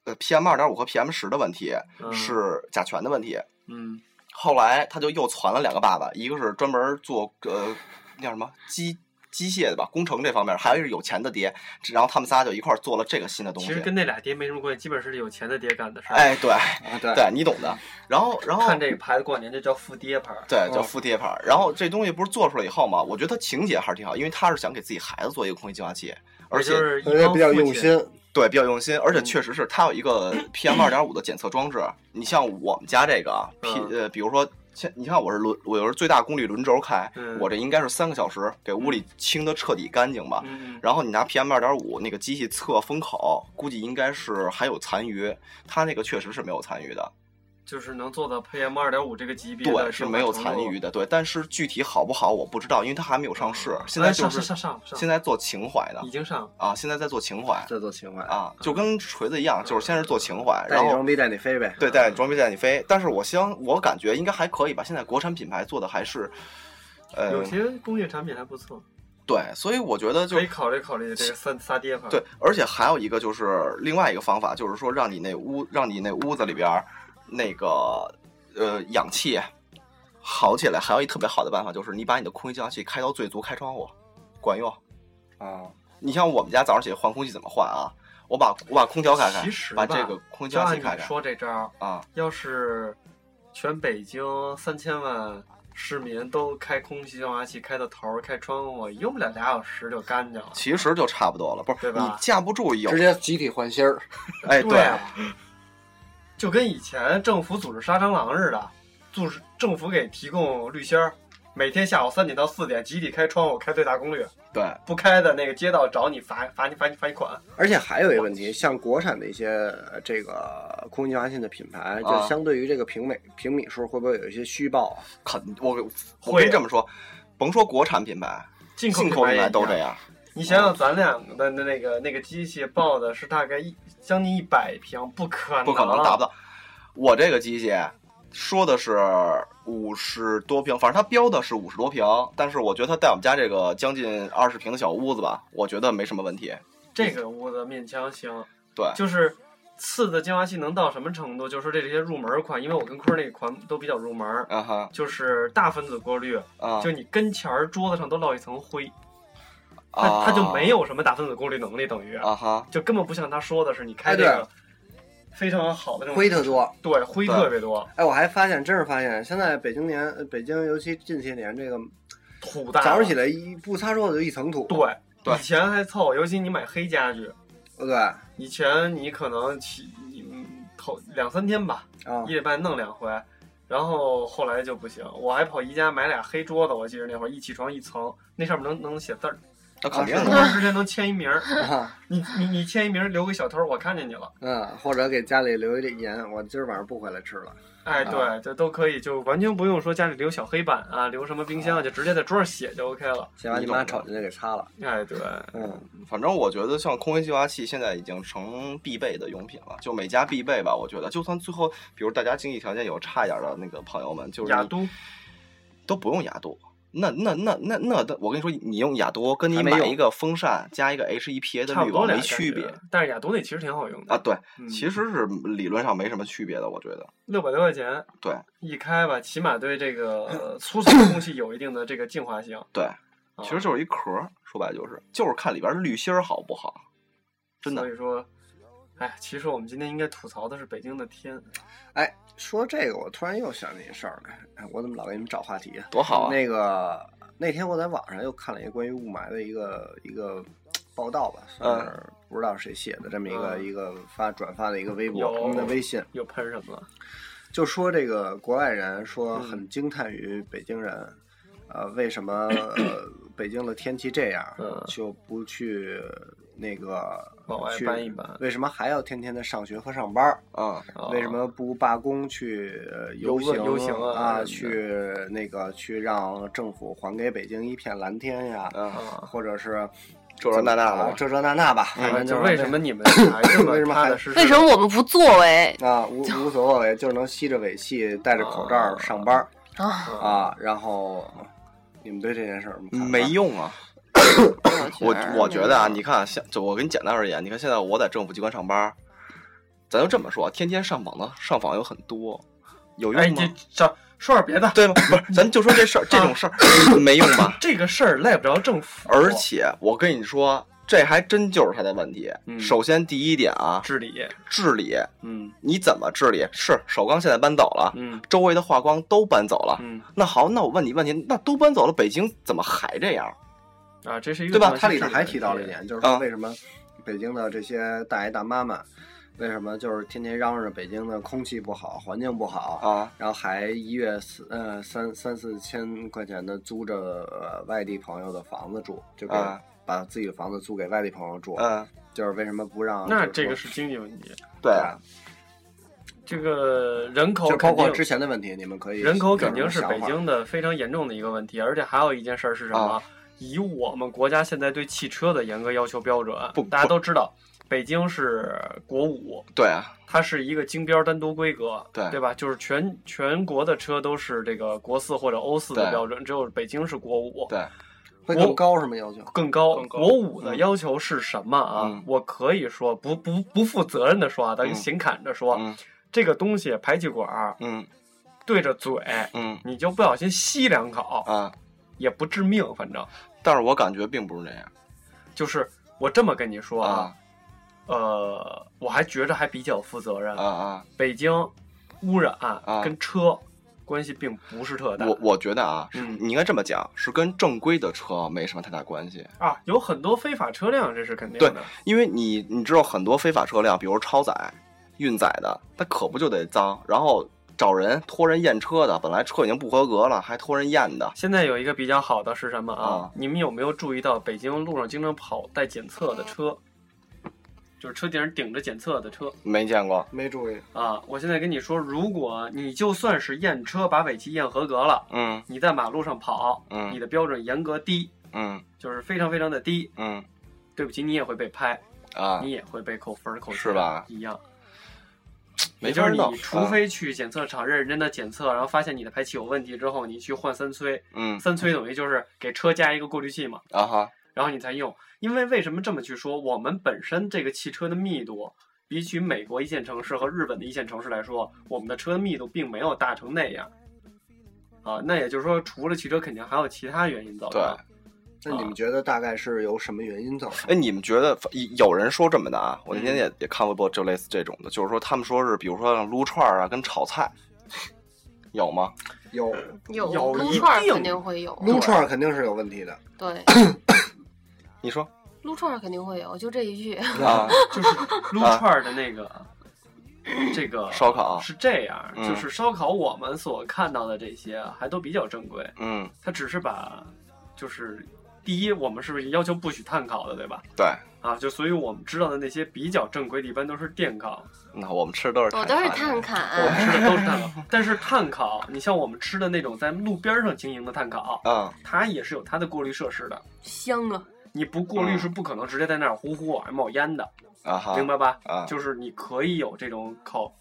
呃 PM 二点五和 PM 十的问题，嗯是甲醛的问题。嗯，后来他就又传了两个爸爸，一个是专门做呃那叫什么机机械的吧，工程这方面，还有一个是有钱的爹，然后他们仨就一块儿做了这个新的东其西实。跟那俩爹没什么关系，基本是有钱的爹干的事儿。哎，对，啊对对你懂的。然后，然后看这个嗯牌子过年，这叫富爹牌。对，叫复贴牌儿。然后这东西不是做出来以后嘛，我觉得它情节还是挺好，因为他是想给自己孩子做一个空气净化器，而也且就是嗯一而且帮比较父用亲心。对比较用心，而且确实是它有一个 PM 二点五的检测装置。你像我们家这个啊 P 嗯呃，比如说像你看我是轮，我是最大功率轮轴开嗯，我这应该是三个小时给屋里清的彻底干净吧。嗯，然后你拿 PM 二点五那个机器测风口，估计应该是还有残余，它那个确实是没有残余的。就是能做到 PM 二点五这个级别对，的是没有残余的，对。但是具体好不好我不知道，因为它还没有上市。现在哎就上是上上上上嗯现在做情怀呢已经上了。啊，现在在做情怀在做情怀，啊，嗯就跟锤子一样，就是先是做情怀，带然你后装逼带你飞呗。对带你装逼带你飞。但是我相我感觉应该还可以吧，现在国产品牌做的还是呃有些工业产品还不错，对，所以我觉得就可以考虑考虑这个三仨爹牌。对，，而且还有一个就是另外一个方法，就是说让你那屋让你那屋子里边儿那个呃氧气好起来。还有一特别好的办法就是你把你的空气净化器开到最足，开窗户，管用。啊，你像我们家早上起来换空气怎么换啊？我把我把空调开开其实，把吧，这个空气净就化按器开你开说这招儿，啊，要是全北京三千万市民都开空气净化器开到头儿开窗户，用不了俩小时就干净了。其实就差不多了。不是对你吧架不住有直接集体换芯儿。哎啊就跟以前政府组织杀蟑螂似的，组织政府给提供绿芯儿，每天下午三点到四点集体开窗户，开最大功率，对不开的那个街道找你罚罚你罚你罚你款。而且还有一个问题，像国产的一些呃这个空气净化器的品牌，就啊相对于这个平米平米数，会不会有一些虚报啊？肯我我会跟啊你这么说，甭说国产品牌，进口进口品也牌都一这。样。你想想，咱俩的那那个那个机器报的是大概一将近一百平，不可能，不可能达不。到。我这个机器说的是五十多平，反正它标的是五十多平，但是我觉得它在我们家这个将近二十平的小屋子吧，我觉得没什么问题。这个屋子勉强行，对，就是次的净化器能到什么程度？就是这些入门款，因为我跟坤儿那款都比较入门儿，啊哈就是大分子过滤，啊，就你跟前儿桌子上都落一层灰，啊它它就没有什么大分子过滤能力，等于啊哈，就根本不像他说的是你哎开这对个非常好的这种灰特多。对灰对特别多，哎，我还发现，真是发现，现在北京年，呃北京尤其近些年，这个土大早了上起来一不擦桌子就一层土。对对以前还凑，尤其你买黑家具，对，以前你可能起你头两三天吧，啊一礼拜弄两回，然后后来就不行。我还跑宜家买俩黑桌子，我记得那会儿一起床一层，那上面能能写 字儿，那肯定的啊多长时间能签一名儿？啊你你你签一名儿留给小偷，我看见你了。嗯，或者给家里留一言，我今儿晚上不回来吃了。哎，啊对，这都可以，就完全不用说家里留小黑板啊，留什么冰箱啊，就直接在桌上写就 OK 了。写完你妈吵架就给擦了。哎，对，嗯，反正我觉得像空气净化器现在已经成必备的用品了，就每家必备吧。我觉得，就算最后，比如大家经济条件有差一点的那个朋友们，就是雅你都都不用雅都。那那那那那那，我跟你说，你用雅都跟你还没买用一个风扇加一个 HEPA 的差滤不网多没俩感觉区别。但是雅都那其实挺好用的啊。对，嗯其实是理论上没什么区别的，我觉得。六百多块钱对一开吧，起码对这个呃粗糙的东西有一定的这个净化 性。啊对，哦其实就是一壳儿，说白了就是就是看里边儿滤芯儿好不好。真的所以说，哎，其实我们今天应该吐槽的是北京的天。哎，说这个，我突然又想起一事儿来。哎，我怎么老给你们找话题啊？多好啊那个那天我在网上又看了一个关于雾霾的一个一个报道吧，算是不知道谁写的这么一个、嗯一个发转发的一个微博，他有们的微信。又喷什么了？就说这个国外人说嗯很惊叹于北京人，呃，为什么呃北京的天气这样，就不去那个嗯往外去搬一搬为什么还要天天的上学和上班儿？啊、哎为什么不罢工去呃游行游行啊啊？嗯去那个去让政府还给北京一片蓝天呀，嗯或者是。嗯这这啊那那的吧啊这这那那吧，嗯反正就是为什么 你们为什么还为什么我们不哎作为？啊，无无所谓，就是能吸着尾气，戴着口罩上班儿啊啊。然后你们对这件事儿有什么看法没用啊。我我觉得啊，你看，像就我给你简单而言，你看现在我在政府机关上班儿，咱就这么说，啊天天上访的上访有很多，有哎，用这吗？这说点别的，对吧？不是，咱就说这事儿，这种事 儿没用吧？这个事儿赖不着政府，而且我跟你说，这还真就是他的问题。嗯首先第一点啊，治理，治理，嗯，你怎么治理？是首钢现在搬走了，嗯，周围的化工都搬走了，嗯，那好，那我问你问题，那都搬走了，北京怎么还这样？啊，这是一个对吧？关系它里头治理还的提到了一问题点，就是啊说为什么北京的这些大爷大妈们，为什么就是天天嚷嚷着北京的空气不好，环境不好啊，然后还一月四呃三三四千块钱的租着、呃外地朋友的房子住，就给、啊把自己的房子租给外地朋友住，嗯，就是为什么不让？那就是这个说是经济问题，对啊这个人口就包括肯定之前的问题，你们可以人口有肯什定么是想北法京的非常严重的一个问题，而且还有一件事儿是什么？啊以我们国家现在对汽车的严格要求标准，大家都知道，北京是国五，对啊，它是一个京标单独规格，对对吧？就是全全国的车都是这个国四或者欧四的对标准，只有北京是国五。对，啊会国更高什么要求？更高。国五的要求是什么啊？嗯我可以说不不不负责任的说啊，咱嗯显侃着说，嗯这个东西排气管儿嗯对着嘴，嗯你就不小心吸两口，啊，也不致命，反正但是我感觉并不是这样就是我这么跟你说啊，呃，我还觉着还比较负责任。啊啊！北京污染啊跟车关系并不是特大我我觉得啊，是嗯你应该这么讲，是跟正规的车没什么太大关系。啊，有很多非法车辆，这是肯定对的。，因为你你知道很多非法车辆，比如超载、运载的，它可不就得脏，然后找人托人验车的，本来车已经不合格了，还托人验的。现在有一个比较好的是什么啊啊？你们有没有注意到北京路上经常跑带检测的车，就是车顶上顶着检测的车没见过，没注意，啊？我现在跟你说，如果你就算是验车把尾气验合格了，嗯你在马路上跑，嗯你的标准严格低，嗯就是非常非常的低，嗯对不起，你也会被拍，啊你，也会被扣分儿扣钱，是吧一样。没就法是弄啊嗯你，除非去检测厂认认真的检测，然后发现你的排气有问题之后，你去换三催，嗯三催等于就是给车加一个过滤器嘛。啊哈，然后你才用。因为为什么这么去说？我们本身这个汽车的密度，比起美国一线城市和日本的一线城市来说，我们的车密度并没有大成那样。啊，那也就是说，除了汽车，肯定还有其他原因造成。对。那你啊们觉得大概是由什么原因造成？ 哎，你们觉得有人说这么的啊？我那嗯天也也看微博，就类似这种的，就是说他们说是，比如说像撸串儿啊，跟炒菜，有吗？有有有撸一串儿定肯定会有，撸串儿肯定是有问题的，对， 你说撸串儿肯定会有，就这一句。啊就是撸串儿的那个、这个烧烤是这样，嗯就是烧烤我们所看到的这些还都比较正规， 嗯，它只是把就是第一，我们是不是要求不许碳烤的，对吧？对，啊，就所以我们知道的那些比较正规的，一般都是电烤，那我们吃的都是我碳都是啊烤碳我们砍，吃的都是碳 烤。但是碳烤，你像我们吃的那种在路边上经营的碳烤，啊，它也是有它的过滤设施的，香啊！你不过滤是不可能直接在那儿呼呼往外冒烟的，嗯啊哈，明白吧？啊就是你可以有这种烤。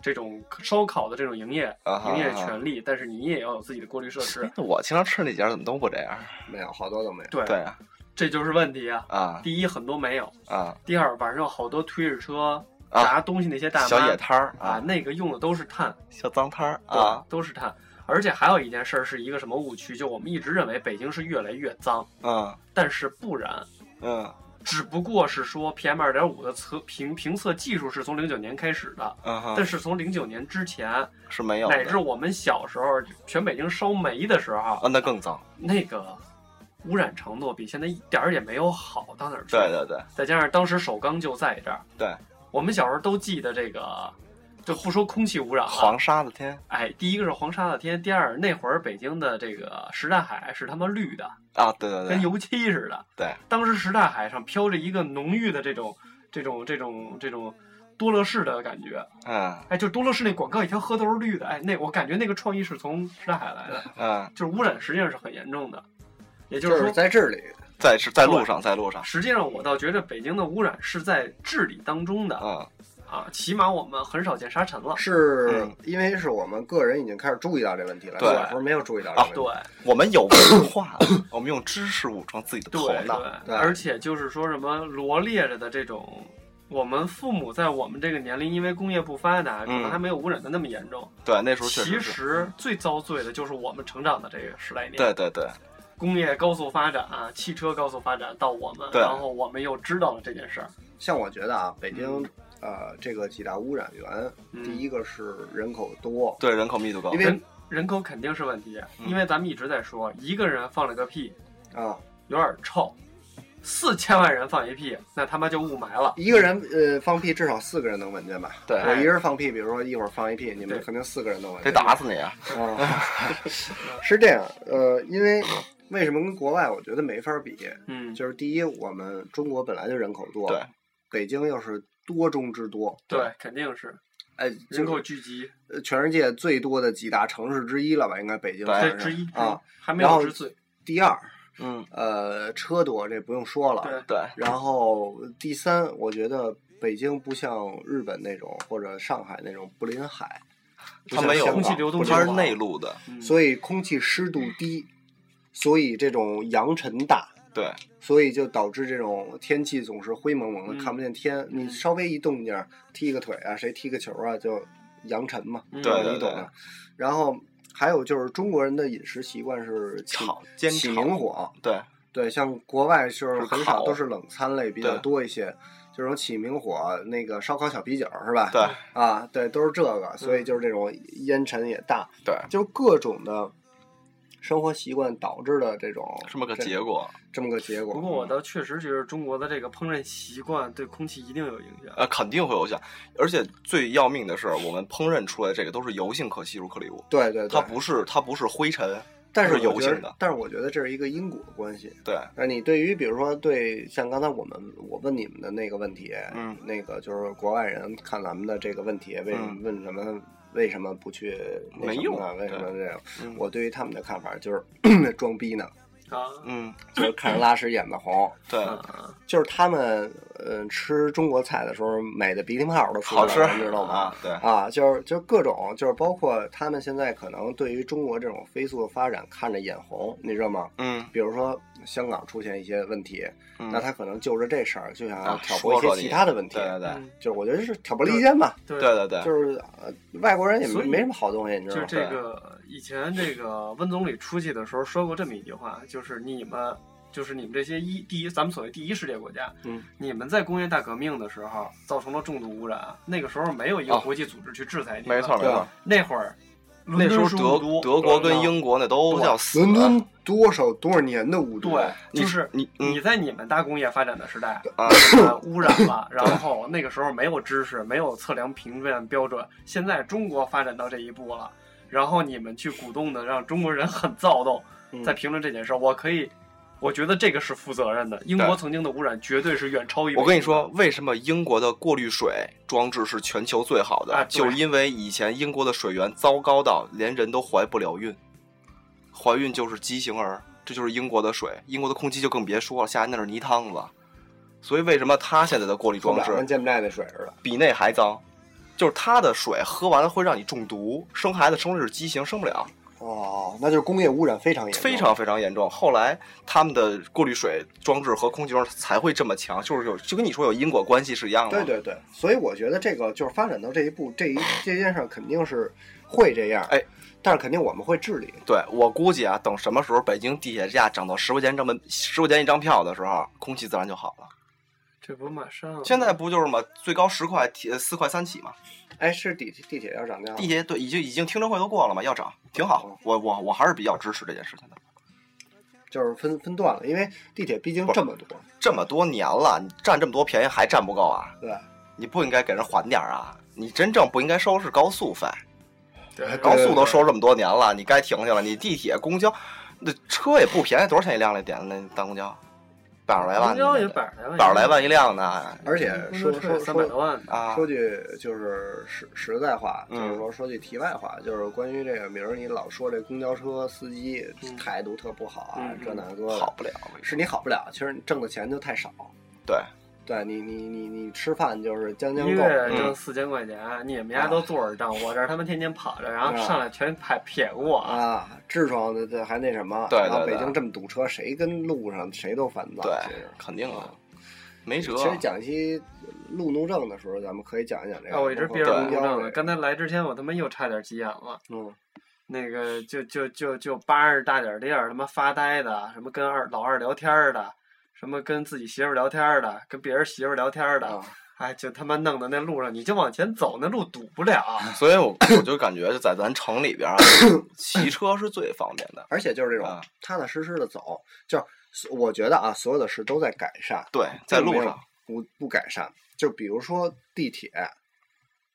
这种烧烤的这种营业、啊哈营业啊哈权利，但是你也要有自己的过滤设施，哎那我经常吃那几家怎么都不这样？没有，好多都没有。对，对啊这就是问题啊。啊第一，很多没有；啊第二，晚上有好多推着车啊拿东西那些大妈小野摊儿啊，啊，那个用的都是碳小脏摊儿对啊，都是碳。而且还有一件事儿是一个什么误区，就我们一直认为北京是越来越脏，嗯但是不然，嗯只不过是说 PM 二点五的测评评测技术是从零九年开始的，嗯哼，但是从零九年之前，是没有的乃至我们小时候全北京烧煤的时候，啊，那更脏。那个污染程度比现在一点儿也没有好到哪儿去。对对对再加上当时首钢就在这儿，对，我们小时候都记得这个，就不说空气污染了，黄沙的天哎，第一个是黄沙的天，第二那会儿北京的这个什刹海是他妈绿的，啊，对对跟对，油漆似的。对，当时什刹海上飘着一个浓郁的这种、这种、这种、这种多乐士的感觉。嗯哎，就多乐士那广告一条河都是绿的，哎，那我感觉那个创意是从什刹海来的，嗯，就是污染实际上是很严重的。也就就是是说，在这里，在是在路上，在路上，啊实际上我倒觉得北京的污染是在治理当中的嗯啊，起码我们很少见沙尘了。是嗯因为是我们个人已经开始注意到这问题了，对小时候没有注意到这个问对题。我们有文化， 我们用知识武装自己的对头脑。对而且就是说什么罗列着的这种，我们父母在我们这个年龄，因为工业不发达，可能还没有污染的那么严重。对，那时候确其实嗯是，实最遭罪的就是我们成长的这个十来年，对对对工业高速发展、啊，汽车高速发展到我们，对然后我们又知道了这件事儿。像我觉得啊，北京、呃这个几大污染源，嗯第一个是人口多，对，人口密度高因，为人人口肯定是问题，嗯因为咱们一直在说，一个人放了个屁啊，有点臭，四千万人放一屁，那他妈就雾霾了。一个人呃放屁至少四个人能闻见吧？对我一人放屁，比如说一会儿放一屁，你们对肯定四个人能闻得见。打死你啊！啊， 是这样，呃，因为为什么跟国外我觉得没法比？嗯，就是第一，我们中国本来就人口多，对，北京又是多中之多，对，肯定是哎，人就口是聚集呃全世界最多的几大城市之一了吧？应该北京对这算是之一嗯啊。，还没然有后之最。第二，嗯，呃，车多这不用说了，对对，然后第三，我觉得北京不像日本那种或者上海那种不临海，它没有不像香港空气流动性它是好内陆的，嗯所以空气湿度低，所以这种扬尘大，对，所以就导致这种天气总是灰蒙蒙的，嗯看不见天。你稍微一动静儿，踢个腿啊，谁踢个球啊，就扬尘嘛，嗯对你对懂对的。然后还有就是中国人的饮食习惯是起炒煎起炒明火，对对，像国外就是是很少烤都是冷餐类比较对多一些，这种起明火那个烧烤小啤酒是吧？对嗯啊，对，都是这个，所以就是这种烟尘也大，对，就各种的生活习惯导致的这种这么个这结果。这么个结果。嗯不过我倒确实觉得中国的这个烹饪习惯对空气一定有影响。呃，肯定会有影响，而且最要命的是，我们烹饪出来这个都是油性可吸入颗粒物，对对它对，不是它不是灰尘，但是是我油觉性得的，，但是我觉得这是一个因果关系。对，那你对于比如说对像刚才我们我问你们的那个问题，嗯那个就是国外人看咱们的这个问题，为什么、嗯问什么为什么不去那没什么呢？啊用为什么这样？嗯我对于他们的看法就是 装 逼呢，啊，嗯，就是看人拉屎眼子红，对，就是他们呃吃中国菜的时候美的鼻涕泡都出来好了，吃，你知道吗？啊？对，啊，就是就是各种，就是包括他们现在可能对于中国这种飞速的发展看着眼红，你知道吗？嗯，比如说香港出现一些问题，嗯那他可能就着这事儿就想要啊挑拨一说说些你其他的问题，对对对嗯就是我觉得是挑拨离间吧，对对对对，就是、呃、外国人也所没以没什么好东西，你知道就是吗？这个以前这个温总理出去的时候说过这么一句话，就是你们就是你们这些一第一咱们所谓第一世界国家，嗯，你们在工业大革命的时候造成了重度污染，那个时候没有一个哦国际组织去制裁你们，没错没对错啊，嗯那会儿。那时候德德国跟英国那都要死。伦敦嗯多少多少年的雾都对，就是你嗯你在你们大工业发展的时代啊，污染了，然后那个时候没有知识，没有测量评判标准。现在中国发展到这一步了，然后你们去鼓动的让中国人很躁动，嗯在评论这件事儿，我可以。我觉得这个是负责任的。英国曾经的污染绝对是远超于我跟你说，为什么英国的过滤水装置是全球最好的？啊、就是因为以前英国的水源糟糕到连人都怀不了孕，怀孕就是畸形儿，这就是英国的水。英国的空气就更别说了，下那是泥汤子。所以为什么它现在的过滤装置跟柬埔寨那水似的，比那还脏？就是它的水喝完了会让你中毒，生孩子生的是畸形，生不了。哦，那就是工业污染非常严重，非常非常严重。后来他们的过滤水装置和空气装置才会这么强，就是有就跟你说有因果关系是一样的。对对对，所以我觉得这个就是发展到这一步，这一这件事肯定是会这样，哎，但是肯定我们会治理。对我估计啊，等什么时候北京地铁价涨到十块钱这么十块钱一张票的时候，空气自然就好了。这不马上？现在不就是嘛，最高十块，铁四块三起嘛。哎，是地地铁要涨价？地铁对，已经已经听证会都过了嘛，要涨，挺嗯好。我我我还是比较支持这件事情的。就是分分段了，因为地铁毕竟这么多这么多年了，你占这么多便宜还占不够啊？对，你不应该给人还点儿啊！你真正不应该收是高速费，对，高速都收这么多年了，你该停下了。你地铁、公交，那车也不便宜，多少钱一辆那点那大公交？百十来万，百十来万一辆呢，而且嗯说说三百多万啊。说句就是实实在话，就是说说句题外话，就是关于这个明儿你老说这公交车司机态度特不好啊，这那个好不了，是你好不了，其实你挣的钱就太少。对，对你你你你吃饭就是将将一够，嗯个月挣四千块钱，你们啊家都坐着挣，我这他妈天天跑着，然后上来全排撇过我啊，痔疮的这还那什么，对然后北京这么堵车，谁跟路上谁都烦躁，对其实，肯定啊。没辙。其实讲一期路怒症的时候，咱们可以讲一讲这个。啊，我一直憋着公路交症这呢。个刚才来之前，我他妈又差点急眼了。嗯，那个就就就就扒着大点地儿，他妈发呆的，什么跟二老二聊天儿的，什么跟自己媳妇儿聊天儿的，跟别人媳妇儿聊天儿的，啊哎，就他妈弄的那路上，你就往前走，那路堵不了。啊啊所以我我就感觉就在咱城里 边啊，骑车是最方便的。而且就是这种啊踏踏实实的走，就是我觉得啊，所有的事都在改善，对，在路并没有上，不不改善。就比如说地铁，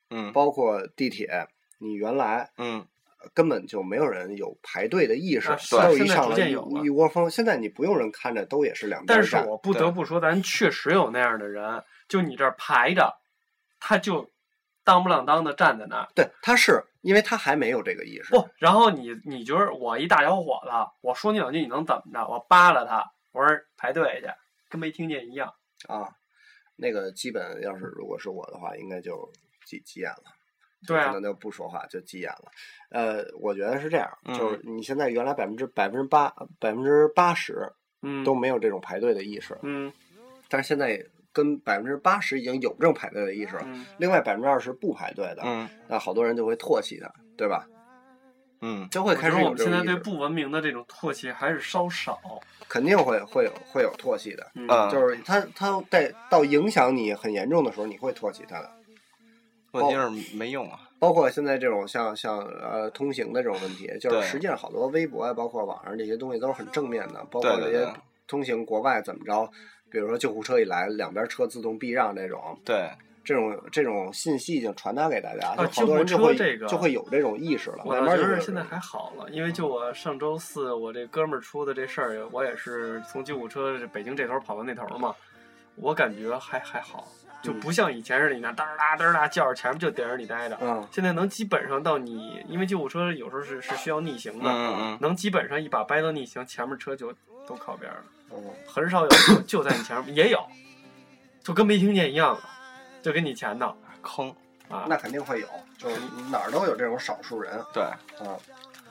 嗯包括地铁，你原来嗯，根本就没有人有排队的意识啊，没有现一在上逐来渐一有了一窝蜂。现在你不用人看着，都也是两边但站。是我不得对不说，咱确实有那样的人，就你这儿排着，他就当不啷当的站在那儿。对，他是因为他还没有这个意识。不，然后你你觉得我一大小伙子，我说你两句你能怎么着？我扒拉他，我说排队去，跟没听见一样。啊，那个基本要是如果是我的话，应该就急急眼了，对可啊能，就不说话就急眼了。呃，我觉得是这样，就是嗯你现在原来百分之百分之八百分之八十嗯，都没有这种排队的意识，嗯但是现在跟百分之八十已经有这种排队的意识了，嗯，另外百分之二十不排队的，嗯那好多人就会唾弃他，对吧？嗯，就我会觉开得始有我们这现在种意对识，不文明的这种唾弃还是稍少。肯定会会有会有唾弃的，嗯，呃，就是他他在到影响你很严重的时候，你会唾弃他的。问题是没用啊。包括现在这种像像呃通行的这种问题，就对是实际上好多微博啊，包括网上这些东西都是很正面的，包括这对对些通行国外怎么着，比如说救护车一来，两边车自动避让这种，对，这种这种信息已经传达给大家，啊就好多人就会、救护车这个就会有这种意识了，我慢倒慢觉就会有嗯得这现种在还好了，因为就我上周四我这哥们儿出的这事儿，我也是从救护车这北京这头跑到那头嘛，我感觉还还好，就嗯不像以前似的，你那哒哒哒哒叫着，前面就逮着你待着。嗯现在能基本上到你，因为救护车有时候是是需要逆行的，嗯嗯能基本上一把掰到逆行，前面车就都靠边了，嗯很少有就就在你前面也有，就跟没听见一样了，就跟你前头嗯，坑。啊。那肯定会有，就是哪儿都有这种少数人对，啊，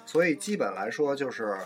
所以基本来说就是。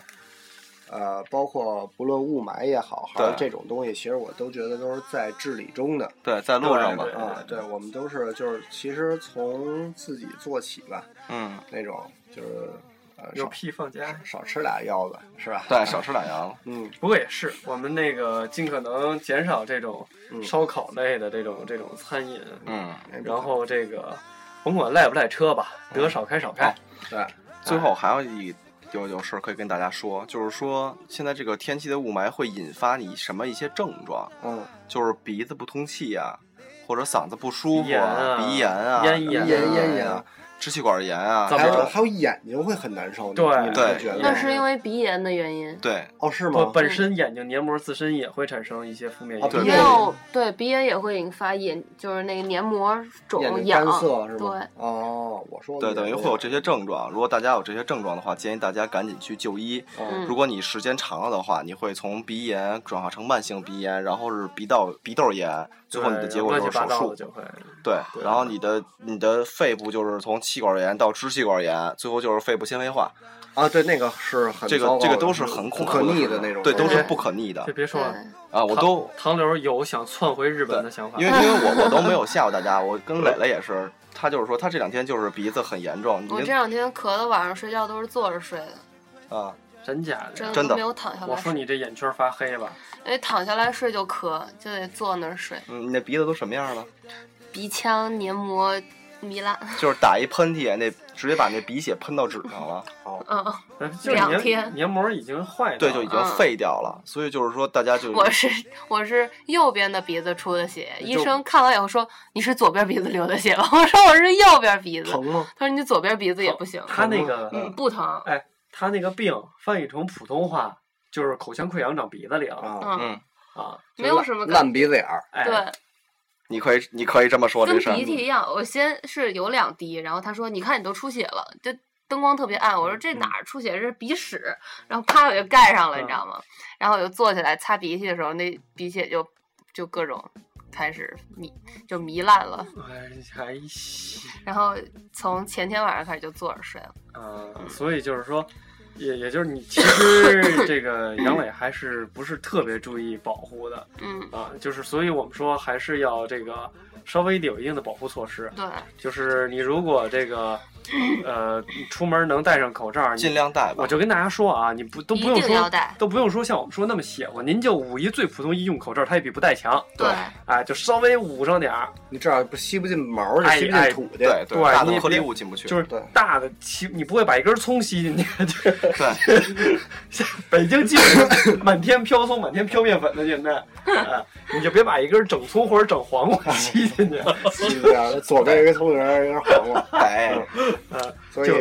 呃，包括不论雾霾也好，还有对这种东西，其实我都觉得都是在治理中的。对，在路上吧对。啊，对，我们都是就是其实从自己做起吧，嗯，那种就是呃有少屁放家。少吃俩腰子是吧？对，少吃两羊。嗯不过也是，我们那个尽可能减少这种嗯烧烤类的这种这种餐饮，嗯，哎没办法嗯然后这个甭管赖不赖车吧，得少开少开。对，最后还要一有有事儿可以跟大家说，就是说现在这个天气的雾霾会引发你什么一些症状？嗯，就是鼻子不通气呀、或者嗓子不舒服、炎啊鼻炎啊、咽炎咽咽炎啊、支气管炎啊，还有这种还有眼睛会很难受，你对你们对会觉得那是因为鼻炎的原因。对哦是不吗？啊本身眼睛黏膜自身也会产生一些负哦面影响。没有，对鼻炎也会引发眼，就是那个黏膜肿眼睛痒干涩是，对吗，哦，我说对，等于会有这些症状。如果大家有这些症状的话，建议大家赶紧去就医。嗯如果你时间长了的话，你会从鼻炎转化成慢性鼻炎，然后是鼻道鼻窦炎，最后你的结果就是手乱七八糟的术。就会。对，然后你的你的肺部就是从气管炎到支气管炎，最后就是肺部纤维化。啊，对，那个是很这糟个糕的这个都是很恐怖不可逆事的情那种对，东都西是不可逆的。这别说了啊，我都唐刘有想窜回日本的想法，因为因为我我都没有吓唬大家，我跟磊磊也是，他就是说他这两天就是鼻子很严重，已我这经两天咳的，晚上睡觉都是坐着睡的，啊，真假的呀？真的没有躺下我来说睡，你这眼圈发黑吧？因为躺下来睡就咳，就得坐那儿睡，嗯，你那鼻子都什么样了？鼻腔黏膜糜烂。 就是打一喷嚏，那直接把那鼻血喷到纸上了。嗯，就是两黏天黏膜已经坏掉对，了，就已经废掉了。所以就是说，大家就我是我是右边的鼻子出的血，就医生看完以后说你是左边鼻子流的血吧？ 我说我是右边鼻子，吗？他说你左边鼻子也不行，他那个嗯不疼，哎，他那个病翻译成普通话就是口腔溃疡长鼻子里了嗯嗯啊，哎没有什么感觉，鼻子眼儿。对，你可以你可以这么说跟这事儿鼻。涕一样。我先是有两滴，然后他说你看你都出血了，就灯光特别暗，嗯我说这哪儿出血这是鼻屎，然后啪我就盖上嗯了，你知道吗？然后我就坐起来擦鼻涕的时候，那鼻血就就各种开始糜就糜烂了。哎还行然后从前天晚上开始就坐着睡了。啊，嗯所以就是说。也也就是你，其实这个阳痿还是不是特别注意保护的，嗯啊，就是所以我们说还是要这个稍微有一定的保护措施。对，就是你如果这个呃你出门能戴上口罩，你尽量戴吧我就跟大家说啊，你不都不用一定说要戴都不用说像我们说那么邪乎，您就捂一最普通医用口罩，它也比不戴强。对，哎，就稍微捂上点儿，你这样不吸不进毛，就哎吸不哎进土去，对对大的你也颗粒别物进不去就是大的吸，你不会把一根葱吸进去。 对，北京基本上满天飘葱，满天飘面粉的现在，啊，你就别把一根整葱或者整黄瓜吸进去。吸不了左边一个同学，一个黄瓜，哎，呃，所以就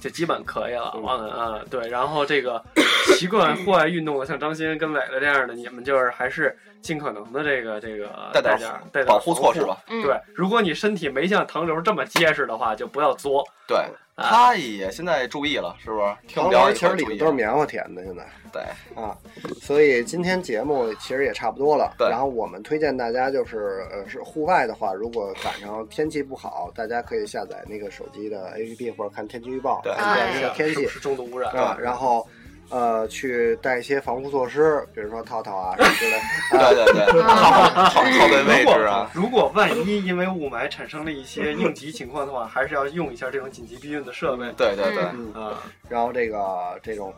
就基本可以了。嗯嗯，对。然后这个 习惯户外运动的，像张鑫跟磊磊这样的，你们就是还是尽可能的这个这个带点带点带点保护措施吧防嗯护对，如果你身体没像唐流这么结实的话，就不要作。对，他也现在注意了，是不是？听我们黄聊瓜一其会实儿注里面意都。是棉花甜的，现在对啊，所以今天节目其实也差不多了。对然后我们推荐大家就是，呃，是户外的话，如果赶上天气不好，大家可以下载那个手机的 APP 或者看天气预报，对看哎那个天是气不是重度污染啊，对然后。呃，去带一些防护措施，比如说套套啊什么之类的。啊对对对，靠靠靠对位如果置啊。如果万一因为雾霾产生了一些应急情况的话，还是要用一下这种紧急避孕的设备。对对对嗯啊，然后这个这种，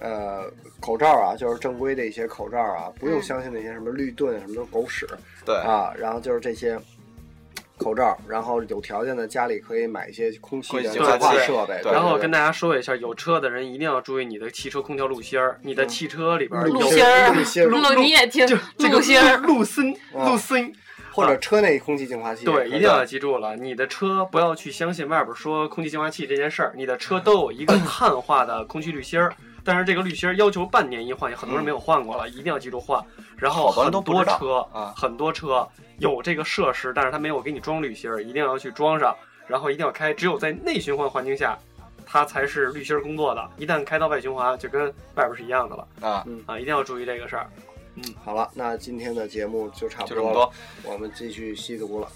呃，口罩啊，就是正规的一些口罩啊，不用相信那些什么绿盾什么都是狗屎。对啊，然后就是这些口罩，然后有条件的家里可以买一些空气的净化设备。然后跟大家说一下，有车的人一定要注意你的汽车空调露芯儿，嗯你的汽车里边儿露有芯儿露芯儿露露你也听就这个露 芯儿露森露森，或者车内空气净化器也可啊对，以，一定要记住了，你的车不要去相信外边说空气净化器这件事儿，你的车都有 一个碳化的空气滤芯儿。但是这个滤芯儿要求半年一换，很多人没有换过了，一定要记住换。然后好多很人都不多知道啊车，很多车有这个设施，但是他没有给你装滤芯儿，一定要去装上，然后一定要开。只有在内循环环境下，它才是滤芯儿工作的。一旦开到外循环，就跟外边是一样的了。啊啊，一定要注意这个事儿。好了，那今天的节目就差不就这多么了多，我们继续吸毒了。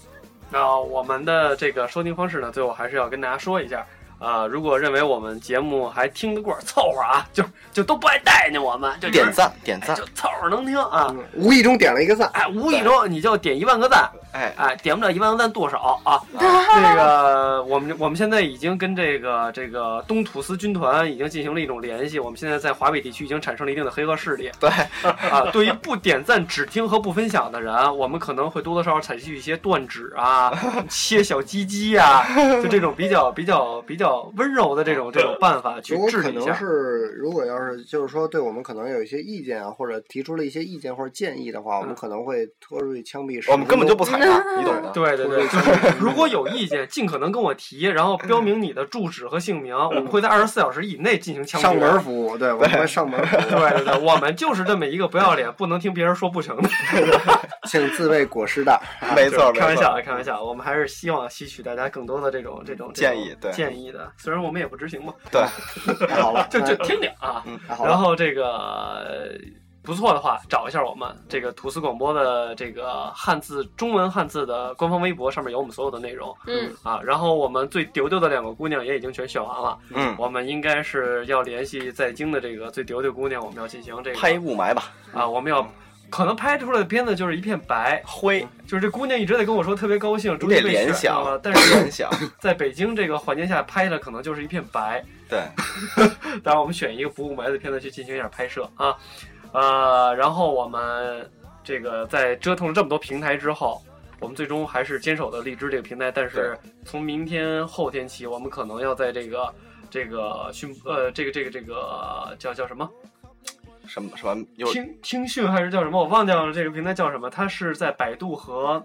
那我们的这个收听方式呢，最后还是要跟大家说一下。啊，如果认为我们节目还听得过，凑合啊， 就就都不爱待见我们，就点赞点赞就凑合能听啊。嗯无意中点了一个赞，哎，无意中你就点一万个赞，哎哎，点不了一万赞剁手啊！那个，我们我们现在已经跟这个这个东土司军团已经进行了一种联系，我们现在在华北地区已经产生了一定的黑恶势力。对 啊，对于不点赞、只听和不分享的人，我们可能会多多少少采取一些断指 啊、切小鸡鸡啊，就这种比较比较比较温柔的这种这种办法去如果治可理一能下。是，如果要是就是说对我们可能有一些意见啊，或者提出了一些意见或者建议的话，我们可能会拖出去枪毙10分嗯哎钟。我们根本就不睬他，你懂的。对对对，就是如果有意见，尽可能跟我提，然后标明你的住址和姓名，我们会在二十四小时以内进行枪决。上啊门服 务，对，我们会上门服务。对对对，我们就是这么一个不要脸、不能听别人说不成的。请自备果实 袋。没错，开玩没错笑啊，开玩笑，我们还是希望吸取大家更多的这种这种这种建议对嗯建议的，虽然我们也不执行嘛，对，太好了，就就听听啊。嗯太好然了。后这个呃不错的话，找一下我们这个吐司广播的这个汉字中文汉字的官方微博，上面有我们所有的内容。嗯啊，然后我们最丢丢的两个姑娘也已经全选完了，嗯，我们应该是要联系在京的这个最丢丢姑娘，我们要进行这个拍一雾霾吧，啊，我们要。可能拍出来的片子就是一片白，嗯灰，就是这姑娘一直在跟我说特别高兴，你终于得被联选想到了，但是联想，在北京这个环境下拍的可能就是一片白，对，当然，我们选一个不雾霾的片子去进行一下拍摄啊，呃，然后我们这个在折腾了这么多平台之后，我们最终还是坚守的荔枝这个平台，但是从明天后天起，我们可能要在这个这个讯呃这个这个这个叫叫什么什么什么又听听讯还是叫什么，我忘掉了这个平台叫什么，它是在百度和。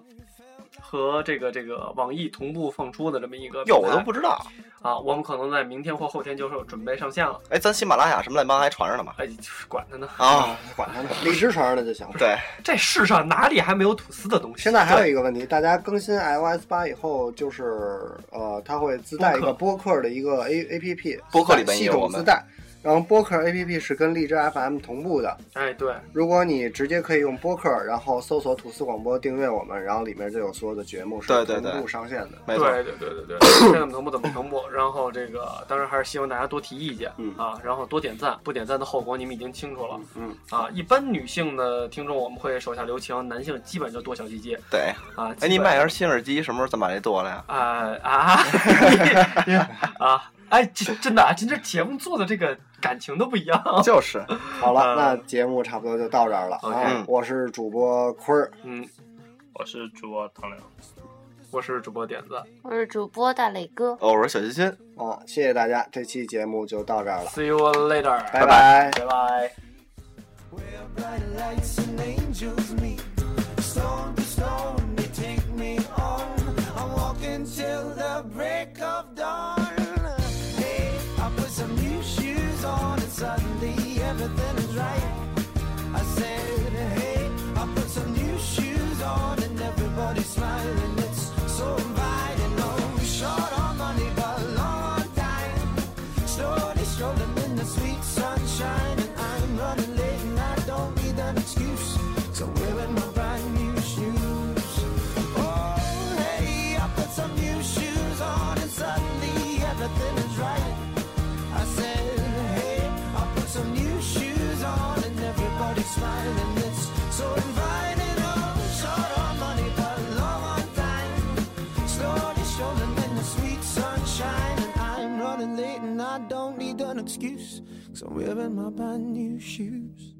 和这个这个网易同步放出的这么一个平哟，台，我都不知道。啊，我们可能在明天或后天就是准备上线了。哎，咱喜马拉雅什么乱七八糟还传着呢嘛？哎，就是管它呢，啊，管他呢，荔枝传上来就行。对，这世上哪里还没有吐司的东西？现在还有一个问题，大家更新 iOS 八以后，就是呃，它会自带一个播客的一个 A A P P，播客里边也系有我统们自带。然后播客 A P P 是跟荔枝 F M 同步的，哎，对，如果你直接可以用播客，然后搜索“吐司广播”订阅我们，然后里面就有所有的节目是对对对同步上线的。没错，对对对对对，现在怎么同步怎么同步。然后这个当然还是希望大家多提意见、嗯啊，然后多点赞，不点赞的后果你们已经清楚了。嗯啊，一般女性的听众我们会手下留情，男性基本就剁小鸡鸡对。啊。哎，你买根新耳机，什么时候咱把这剁了呀？啊啊啊！哎，这真的啊，今这节目做的这个感情都不一样。就是，好了，嗯那节目差不多就到这儿了。 OK 啊我是主播坤儿，嗯，我是主播唐亮。我是主播点子我是主播大磊哥。哦，我是小心心。啊，谢谢大家，这期节目就到这儿了， ，See you later，拜拜拜拜。 Where bright lights and angels meet. Stone to stone, they take me on. I'm walking till the break of dawn. Hey, I put some new shoes on, and suddenly everything is right. I said, hey, I put some new shoes on, and everybody's smiling. It's so inviting. Oh, short on money, but long on time. Slowly strolling in the sweet sunshine, and I'm running late, and I don't need an excuse. So wearing my brand new shoes. Oh, hey, I put some new shoes on, and suddenly everything is right. I said, hey, I put some new shoes on, and everybody's smiling. It's so inviting. Oh, short on money, but long on time. Slowly strolling in the sweet sunshine. And I'm running late and I don't need an excuse. Cause I'm wearing my brand new shoes.